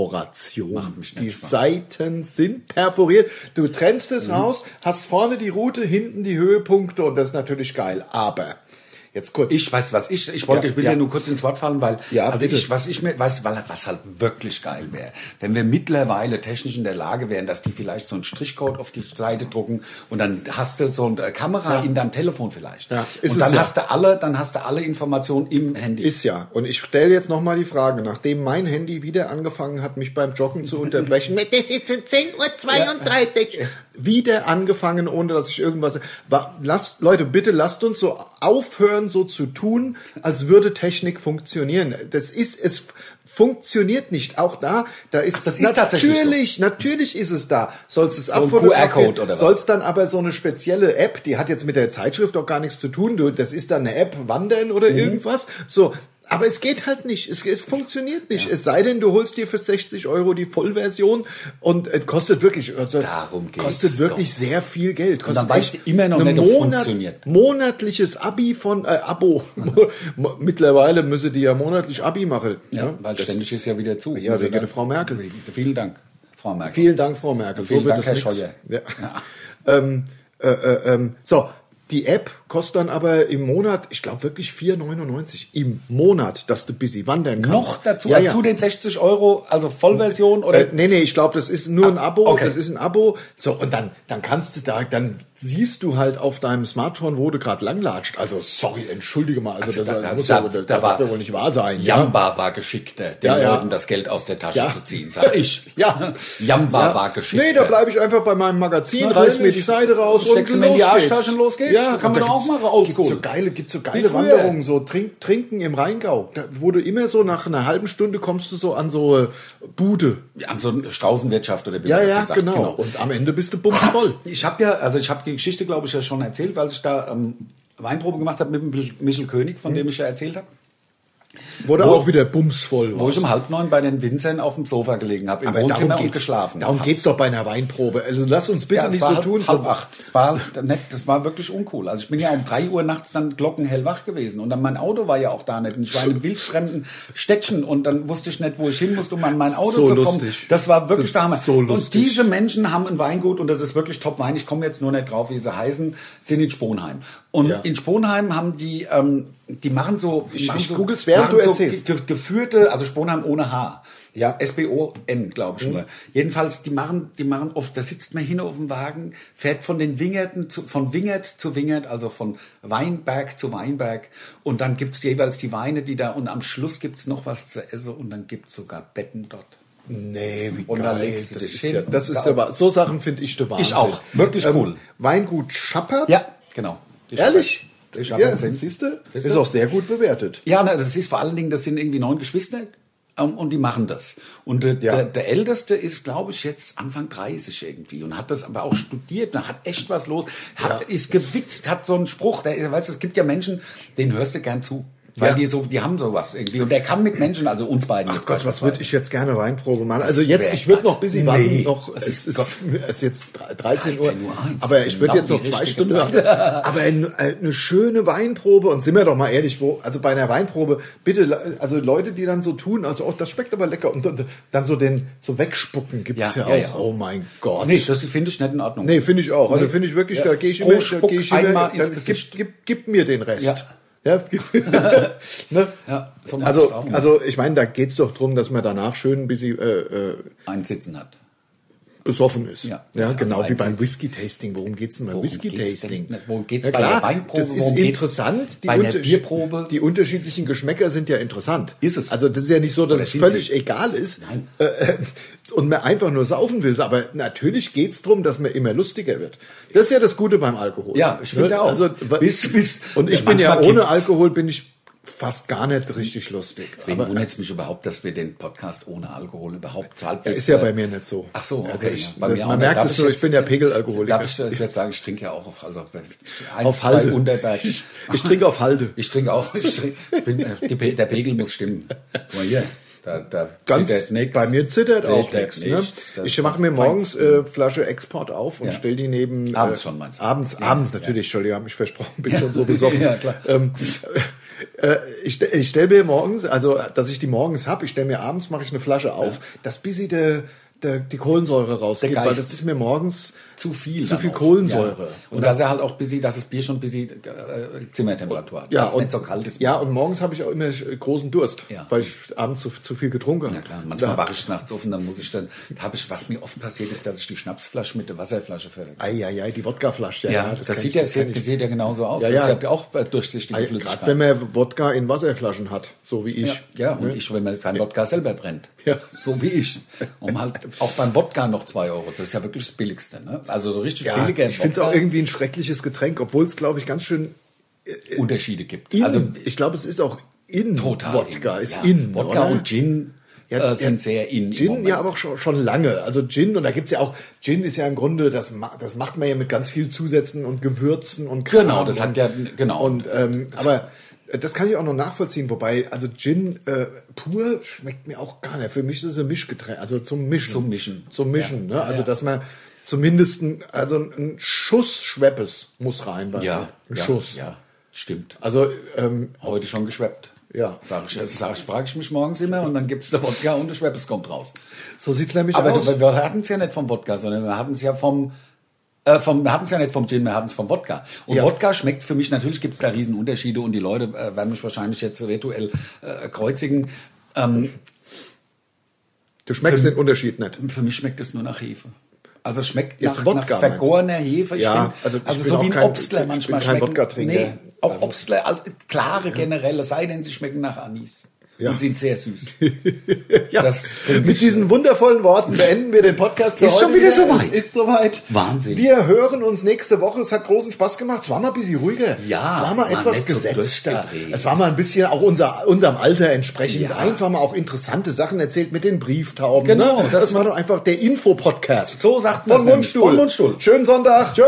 Speaker 3: Perforation.
Speaker 2: mich nicht
Speaker 3: die
Speaker 2: Spaß.
Speaker 3: Seiten sind perforiert. Du trennst
Speaker 2: Mhm.
Speaker 3: es raus, hast vorne die Route, hinten die Höhepunkte und das ist natürlich geil. Aber jetzt kurz.
Speaker 2: Ich weiß was, ich, ich wollte,
Speaker 3: Ja,
Speaker 2: ich will
Speaker 3: ja.
Speaker 2: ja nur kurz ins Wort fallen, weil,
Speaker 3: Ja,
Speaker 2: also
Speaker 3: bitte.
Speaker 2: ich, was ich mir, was, weil, was halt wirklich geil wäre, wenn wir mittlerweile technisch in der Lage wären, dass die vielleicht so einen Strichcode auf die Seite drucken und dann hast du so eine Kamera in deinem Telefon vielleicht.
Speaker 3: Ja,
Speaker 2: und
Speaker 3: ist es
Speaker 2: dann
Speaker 3: ja.
Speaker 2: hast du alle, dann hast du alle Informationen im Handy.
Speaker 3: Ist ja. Und ich stelle jetzt nochmal die Frage, nachdem mein Handy wieder angefangen hat, mich beim Joggen zu unterbrechen, mit das ist um 10.32 Uhr, wieder angefangen, ohne dass ich irgendwas... Wa- Lasst, Leute, bitte lasst uns so aufhören, so zu tun, als würde Technik funktionieren. Das ist... es funktioniert nicht. Auch da, da ist
Speaker 2: das ist tatsächlich so.
Speaker 3: natürlich, natürlich ist es da. Sollst es so
Speaker 2: ein QR-Code oder was?
Speaker 3: Sollst dann aber so eine spezielle App, die hat jetzt mit der Zeitschrift auch gar nichts zu tun. Du, das ist dann eine App Wandern oder
Speaker 2: Mhm.
Speaker 3: irgendwas. So. Aber es geht halt nicht. Es, es funktioniert nicht. Es sei denn, du holst dir für 60 Euro die Vollversion und es kostet wirklich, also
Speaker 2: Darum geht's
Speaker 3: kostet wirklich sehr viel Geld. Kostet
Speaker 2: dann weißt
Speaker 3: echt
Speaker 2: du immer noch
Speaker 3: eine
Speaker 2: nicht, ob's funktioniert.
Speaker 3: Monatliches Abi von, äh, Abo. Mo- Mittlerweile müsse die ja monatlich Abi machen.
Speaker 2: ja, weil
Speaker 3: das
Speaker 2: ständig ist ja wieder zu.
Speaker 3: Ja,
Speaker 2: Also
Speaker 3: wegen
Speaker 2: dann-
Speaker 3: der Frau Merkel.
Speaker 2: Vielen Dank, Frau Merkel.
Speaker 3: Vielen Dank, Frau Merkel.
Speaker 2: Vielen Dank,
Speaker 3: das
Speaker 2: Herr
Speaker 3: nix.
Speaker 2: Scheuer.
Speaker 3: Ja. Ähm, äh, äh, ähm, so, die App kostet dann aber im Monat, ich glaube wirklich 4,99 im Monat, dass du busy wandern kannst.
Speaker 2: Noch dazu, äh,
Speaker 3: ja, ja.
Speaker 2: zu den 60 Euro, also Vollversion oder
Speaker 3: Äh, nee, nee, ich glaube, das ist nur ein Abo.
Speaker 2: Ah, okay.
Speaker 3: Das ist ein Abo. So, und dann, dann kannst du da, dann siehst du halt auf deinem Smartphone, wo du gerade langlatscht. Also, sorry, entschuldige mal. Also,
Speaker 2: Also,
Speaker 3: das,
Speaker 2: da-
Speaker 3: muss
Speaker 2: da-
Speaker 3: ja, das
Speaker 2: da
Speaker 3: darf
Speaker 2: war-
Speaker 3: ja wohl nicht wahr sein.
Speaker 2: Jamba war geschickter, den
Speaker 3: Ja, ja.
Speaker 2: Leuten das Geld aus der Tasche
Speaker 3: Ja.
Speaker 2: zu ziehen, sag ich.
Speaker 3: Ja.
Speaker 2: Jamba war geschickter.
Speaker 3: Nee, da bleibe ich einfach bei meinem Magazin,
Speaker 2: Natürlich.
Speaker 3: reiß mir die Seite raus
Speaker 2: Steckst du mir in die
Speaker 3: los geht's.
Speaker 2: Arschtasche und los geht's.
Speaker 3: Ja,
Speaker 2: Kann man
Speaker 3: und da
Speaker 2: doch auch
Speaker 3: gibt's-
Speaker 2: machen, oldschool.
Speaker 3: Gibt's so geile, gibt's so
Speaker 2: Wie
Speaker 3: geile
Speaker 2: früher.
Speaker 3: Wanderungen, so Trink, Trinken im Rheingau, da, wo du immer so nach einer halben Stunde kommst du so an so äh, Bude.
Speaker 2: An so eine Straußenwirtschaft oder wie
Speaker 3: Ja,
Speaker 2: man das
Speaker 3: ja,
Speaker 2: so sagt,
Speaker 3: genau. Und am Ende bist du bumsvoll.
Speaker 2: Ich habe ja, also ich habe die Geschichte, glaube ich, ja schon erzählt, weil ich da ähm, Weinprobe gemacht habe mit dem Mich- Michel König, von dem ich ja erzählt habe.
Speaker 3: Wurde
Speaker 2: Wo-
Speaker 3: auch wieder bumsvoll.
Speaker 2: Wo
Speaker 3: warst.
Speaker 2: ich um halb neun bei den Winzern auf dem Sofa gelegen habe, im
Speaker 3: Aber
Speaker 2: Wohnzimmer
Speaker 3: darum
Speaker 2: und
Speaker 3: geht's,
Speaker 2: geschlafen.
Speaker 3: darum
Speaker 2: hab.
Speaker 3: geht's doch bei einer Weinprobe. Also lass uns bitte
Speaker 2: Ja, es
Speaker 3: nicht
Speaker 2: war
Speaker 3: so
Speaker 2: halb,
Speaker 3: tun.
Speaker 2: Halb acht. Es war nett, das war wirklich uncool. Also ich bin ja um drei Uhr nachts dann glockenhell wach gewesen und dann mein Auto war ja auch da nicht. Und ich war in einem wildfremden Städtchen und dann wusste ich nicht, wo ich hin musste, um an mein Auto
Speaker 3: So
Speaker 2: zu kommen.
Speaker 3: lustig.
Speaker 2: Das war wirklich
Speaker 3: Das ist so
Speaker 2: Und
Speaker 3: lustig.
Speaker 2: diese Menschen haben ein Weingut und das ist wirklich top Wein. Ich komme jetzt nur nicht drauf, wie sie heißen. Sind in Sponheim. Und
Speaker 3: Ja.
Speaker 2: in Sponheim haben die, ähm, die machen so,
Speaker 3: Ich-
Speaker 2: machen
Speaker 3: ich
Speaker 2: so,
Speaker 3: google's, während
Speaker 2: machen
Speaker 3: du
Speaker 2: so
Speaker 3: erzählst.
Speaker 2: ge- geführte, also Sponheim ohne H.
Speaker 3: Ja.
Speaker 2: S-B-O-N, glaube
Speaker 3: Mhm.
Speaker 2: ich nur. Jedenfalls, die machen, die machen oft, da sitzt man hin auf dem Wagen, fährt von den Wingerten zu, von Wingert zu Wingert, also von Weinberg zu Weinberg. Und dann gibt's jeweils die Weine, die da, und am Schluss gibt's noch was zu essen und dann gibt's sogar Betten dort.
Speaker 3: Nee, wie
Speaker 2: Und dann
Speaker 3: geil.
Speaker 2: legst du
Speaker 3: Das
Speaker 2: dich
Speaker 3: ist
Speaker 2: hin
Speaker 3: ja, das
Speaker 2: und
Speaker 3: ist
Speaker 2: da-
Speaker 3: ja, wa- so Sachen finde ich der Wahnsinn. Ähm,
Speaker 2: auch. Wirklich cool.
Speaker 3: Weingut Schappert.
Speaker 2: Ja, genau. Die
Speaker 3: Ehrlich?
Speaker 2: Schweiz. Die Schweiz.
Speaker 3: Ja, siehst du? Ist auch sehr gut bewertet.
Speaker 2: Ja, na, das ist vor allen Dingen, das sind irgendwie neun Geschwister ähm, und die machen das. Und äh,
Speaker 3: Ja.
Speaker 2: der, der Älteste ist, glaube ich, jetzt Anfang 30 irgendwie und hat das aber auch studiert, und hat echt was los, hat, ist gewitzt, hat so einen Spruch. Der, weißt du, es gibt ja Menschen, den hörst du gern zu. Weil
Speaker 3: Ja.
Speaker 2: die so, die haben sowas irgendwie. Und der kann mit Menschen, also uns beiden.
Speaker 3: Ach
Speaker 2: jetzt
Speaker 3: Gott, was würde
Speaker 2: beispielsweise.
Speaker 3: ich jetzt gerne Weinprobe machen? Also jetzt,
Speaker 2: wär-
Speaker 3: ich würde noch ein bisschen
Speaker 2: Nee. Also
Speaker 3: warten. Noch, es
Speaker 2: Das
Speaker 3: ist,
Speaker 2: ist
Speaker 3: es ist jetzt 13 Uhr.
Speaker 2: 13 Uhr eins.
Speaker 3: aber ich würde
Speaker 2: Genau
Speaker 3: jetzt noch
Speaker 2: die
Speaker 3: zwei
Speaker 2: richtige
Speaker 3: Stunden warten. Aber eine, eine schöne Weinprobe. Und sind wir doch mal ehrlich, wo, also bei einer Weinprobe, bitte, la- also Leute, die dann so tun, also oh, das schmeckt aber lecker. Und, und dann so den, so wegspucken gibt es ja,
Speaker 2: Ja, ja,
Speaker 3: auch.
Speaker 2: ja.
Speaker 3: Oh mein Gott.
Speaker 2: Nee, das finde ich nicht in Ordnung.
Speaker 3: Nee, finde ich auch. Also finde ich wirklich,
Speaker 2: Ja.
Speaker 3: da gehe ich
Speaker 2: Pro
Speaker 3: immer, da
Speaker 2: Spuck
Speaker 3: gehe ich immer,
Speaker 2: einmal
Speaker 3: dann
Speaker 2: ins
Speaker 3: gib,
Speaker 2: Gesicht.
Speaker 3: gib, gib mir den Rest. Ja. ne?
Speaker 2: Ja, so mach
Speaker 3: also,
Speaker 2: ich's auch mal.
Speaker 3: also ich meine, da geht's doch drum, dass man danach schön ein bisschen äh, äh,
Speaker 2: Ein Sitzen hat.
Speaker 3: besoffen ist.
Speaker 2: Ja.
Speaker 3: ja
Speaker 2: Also
Speaker 3: genau wie
Speaker 2: eins
Speaker 3: beim
Speaker 2: jetzt.
Speaker 3: Whisky-Tasting. Worum geht's denn beim
Speaker 2: Worum
Speaker 3: Whisky-Tasting?
Speaker 2: geht's denn? Worum geht's
Speaker 3: ja,
Speaker 2: bei
Speaker 3: klar,
Speaker 2: der Weinprobe?
Speaker 3: Das ist
Speaker 2: Worum geht's
Speaker 3: interessant.
Speaker 2: bei einer
Speaker 3: Unter-
Speaker 2: Bierprobe?
Speaker 3: Die unterschiedlichen Geschmäcker sind ja interessant.
Speaker 2: Ist es.
Speaker 3: Also das ist ja nicht so, dass
Speaker 2: Oder
Speaker 3: es
Speaker 2: sind
Speaker 3: völlig
Speaker 2: sie?
Speaker 3: egal ist
Speaker 2: Nein.
Speaker 3: Äh, äh, und man einfach nur saufen will. Aber natürlich geht's drum, dass man immer lustiger wird. Das ist ja das Gute beim Alkohol.
Speaker 2: Ja, ich finde
Speaker 3: Ne?
Speaker 2: auch.
Speaker 3: Also,
Speaker 2: Bis- bis-
Speaker 3: und ich
Speaker 2: Ja,
Speaker 3: bin ja
Speaker 2: manchmal
Speaker 3: ohne
Speaker 2: kippt's.
Speaker 3: Alkohol bin ich fast gar nicht richtig lustig.
Speaker 2: Deswegen wundert es mich überhaupt, dass wir den Podcast ohne Alkohol überhaupt zahlt.
Speaker 3: Ist ja bei mir nicht so.
Speaker 2: äh, Ach so, okay.
Speaker 3: Also ich,
Speaker 2: ja. Bei mir
Speaker 3: das,
Speaker 2: auch
Speaker 3: man
Speaker 2: nicht.
Speaker 3: merkt
Speaker 2: Darf
Speaker 3: es
Speaker 2: ich
Speaker 3: so, ich
Speaker 2: jetzt-
Speaker 3: bin ja Pegelalkoholiker.
Speaker 2: Darf ich das jetzt sagen, ich trinke ja auch auf, also auf eins,
Speaker 3: Auf
Speaker 2: zwei
Speaker 3: Halde.
Speaker 2: Unterberg.
Speaker 3: Ich, ich trinke auf Halde.
Speaker 2: Ich trinke auch. Ich trinke, ich bin, äh, die, Pe- der Pegel muss stimmen. Guck mal hier. Da, da
Speaker 3: Ganz,
Speaker 2: zittert nix.
Speaker 3: bei mir zittert auch
Speaker 2: Zittert
Speaker 3: nichts. Ne?
Speaker 2: nichts. Das
Speaker 3: Ich mache mir
Speaker 2: fängt-
Speaker 3: morgens äh, Flasche Export auf und
Speaker 2: Ja.
Speaker 3: stell die neben...
Speaker 2: Abends
Speaker 3: äh,
Speaker 2: schon, meinst du?
Speaker 3: Abends,
Speaker 2: Ja,
Speaker 3: abends
Speaker 2: ja.
Speaker 3: natürlich, Entschuldigung, habe mich versprochen, bin schon so besoffen.
Speaker 2: Ja, klar.
Speaker 3: Ähm, äh, ich ste- ich stelle mir morgens, also dass ich die morgens habe, ich stelle mir abends, mache ich eine Flasche auf, dass bis sie de, de, die Kohlensäure rausgeht, weil
Speaker 2: Geist.
Speaker 3: das ist mir morgens
Speaker 2: zu viel.
Speaker 3: zu
Speaker 2: dann
Speaker 3: viel
Speaker 2: auch.
Speaker 3: Kohlensäure.
Speaker 2: Ja. Und dass er halt auch busy, dass das Bier schon busy äh, Zimmertemperatur hat.
Speaker 3: Ja,
Speaker 2: dass es
Speaker 3: und,
Speaker 2: nicht so kalt ist.
Speaker 3: ja, und morgens habe ich auch immer äh, großen Durst,
Speaker 2: Ja.
Speaker 3: weil ich abends zu, zu viel getrunken habe.
Speaker 2: Ja klar, manchmal wache ich nachts auf und dann muss ich dann, habe ich, was mir oft passiert ist, dass ich die Schnapsflasche mit der Wasserflasche verwechsel.
Speaker 3: Eieiei, die Wodkaflasche.
Speaker 2: Ja, das,
Speaker 3: kann
Speaker 2: sieht
Speaker 3: ich-
Speaker 2: ja,
Speaker 3: kann
Speaker 2: sieht,
Speaker 3: ich-
Speaker 2: sieht ja genauso aus.
Speaker 3: Ja,
Speaker 2: Das
Speaker 3: ja.
Speaker 2: ist ja auch äh, durchsichtige
Speaker 3: Ei, Gerade wenn
Speaker 2: Flüssigkeit.
Speaker 3: man Wodka in Wasserflaschen hat, so wie
Speaker 2: Ja,
Speaker 3: ich.
Speaker 2: ja, und ich, wenn man keinen Wodka selber brennt.
Speaker 3: Ja.
Speaker 2: So wie ich. Um halt auch beim Wodka noch zwei Euro. Das ist ja wirklich das Billigste. Ne? Also so richtig
Speaker 3: Ja,
Speaker 2: billiger
Speaker 3: ich finde es
Speaker 2: Wodka
Speaker 3: auch irgendwie ein schreckliches Getränk, obwohl es, glaube ich, ganz schön
Speaker 2: Unterschiede gibt.
Speaker 3: äh, in,
Speaker 2: Also
Speaker 3: ich glaube, es ist auch in
Speaker 2: total.
Speaker 3: Wodka,
Speaker 2: in.
Speaker 3: ist
Speaker 2: ja.
Speaker 3: in,
Speaker 2: Wodka
Speaker 3: oder?
Speaker 2: und Gin
Speaker 3: Ja,
Speaker 2: äh, sind
Speaker 3: ja,
Speaker 2: sehr in. im
Speaker 3: Gin,
Speaker 2: Moment.
Speaker 3: ja, aber auch schon, schon lange. Also Gin, und da gibt's ja auch, Gin ist ja im Grunde, das, ma- das macht man ja mit ganz viel Zusätzen und Gewürzen und Kram
Speaker 2: Genau, das
Speaker 3: und,
Speaker 2: hat ja- genau.
Speaker 3: Und, ähm, aber äh, das kann ich auch noch nachvollziehen, wobei, also Gin äh, pur schmeckt mir auch gar nicht. Für mich ist es ein Mischgetränk, also zum Mischen.
Speaker 2: Zum Mischen.
Speaker 3: Zum Mischen,
Speaker 2: Ja,
Speaker 3: ne?
Speaker 2: ja,
Speaker 3: Also,
Speaker 2: ja.
Speaker 3: dass man zumindest, ein, also ein Schuss Schweppes muss rein. Bei
Speaker 2: ja,
Speaker 3: Ein
Speaker 2: ja,
Speaker 3: Schuss.
Speaker 2: Ja, stimmt.
Speaker 3: Also, ähm,
Speaker 2: Heute schon geschweppt.
Speaker 3: Ja.
Speaker 2: Sag ich, also sag ich, frage ich mich morgens immer und dann gibt es der Wodka und der Schweppes kommt raus.
Speaker 3: so sieht's nämlich
Speaker 2: Aber
Speaker 3: aus.
Speaker 2: du- wir hatten es ja nicht vom Wodka, sondern wir hatten es ja vom, äh, vom wir hatten es ja nicht vom Gin, wir hatten es vom Wodka. Und
Speaker 3: Ja.
Speaker 2: Wodka schmeckt für mich, natürlich gibt es da Riesenunterschiede und die Leute äh, werden mich wahrscheinlich jetzt virtuell äh, kreuzigen. Ähm,
Speaker 3: du schmeckst den Unterschied nicht.
Speaker 2: für mich schmeckt es nur nach Hefe. Also es schmeckt
Speaker 3: Jetzt
Speaker 2: nach,
Speaker 3: Wodka,
Speaker 2: nach vergorener
Speaker 3: meinst
Speaker 2: Hefe. Ich
Speaker 3: Ja,
Speaker 2: find,
Speaker 3: also
Speaker 2: also
Speaker 3: ich bin
Speaker 2: so
Speaker 3: auch
Speaker 2: wie ein
Speaker 3: kein- ich
Speaker 2: Obstler
Speaker 3: bin
Speaker 2: manchmal
Speaker 3: kein
Speaker 2: schmecken.
Speaker 3: Wodka-Trinker.
Speaker 2: Nee, auch
Speaker 3: Also-
Speaker 2: Obstler, also klare generell, es sei denn, sie schmecken nach Anis.
Speaker 3: Ja.
Speaker 2: Und sind sehr süß.
Speaker 3: Ja,
Speaker 2: Das trinke
Speaker 3: mit
Speaker 2: ich.
Speaker 3: diesen wundervollen Worten beenden wir den Podcast für
Speaker 2: Ist
Speaker 3: heute
Speaker 2: schon wieder soweit.
Speaker 3: Es ist soweit.
Speaker 2: Wahnsinn.
Speaker 3: Wir hören uns nächste Woche. Es hat großen Spaß gemacht. Es war mal ein bisschen ruhiger.
Speaker 2: Ja,
Speaker 3: Es war mal
Speaker 2: mal
Speaker 3: etwas
Speaker 2: nicht so
Speaker 3: gesetzter.
Speaker 2: durchgedreht.
Speaker 3: es war mal ein bisschen auch unser, unserem Alter entsprechend.
Speaker 2: Ja.
Speaker 3: Einfach mal auch interessante Sachen erzählt mit den Brieftauben.
Speaker 2: Genau,
Speaker 3: Ne? Das, war doch einfach der Info-Podcast.
Speaker 2: So sagt
Speaker 3: Von
Speaker 2: man's nämlich.
Speaker 3: Mundstuhl.
Speaker 2: Von Mundstuhl.
Speaker 3: Schönen Sonntag. Tschö.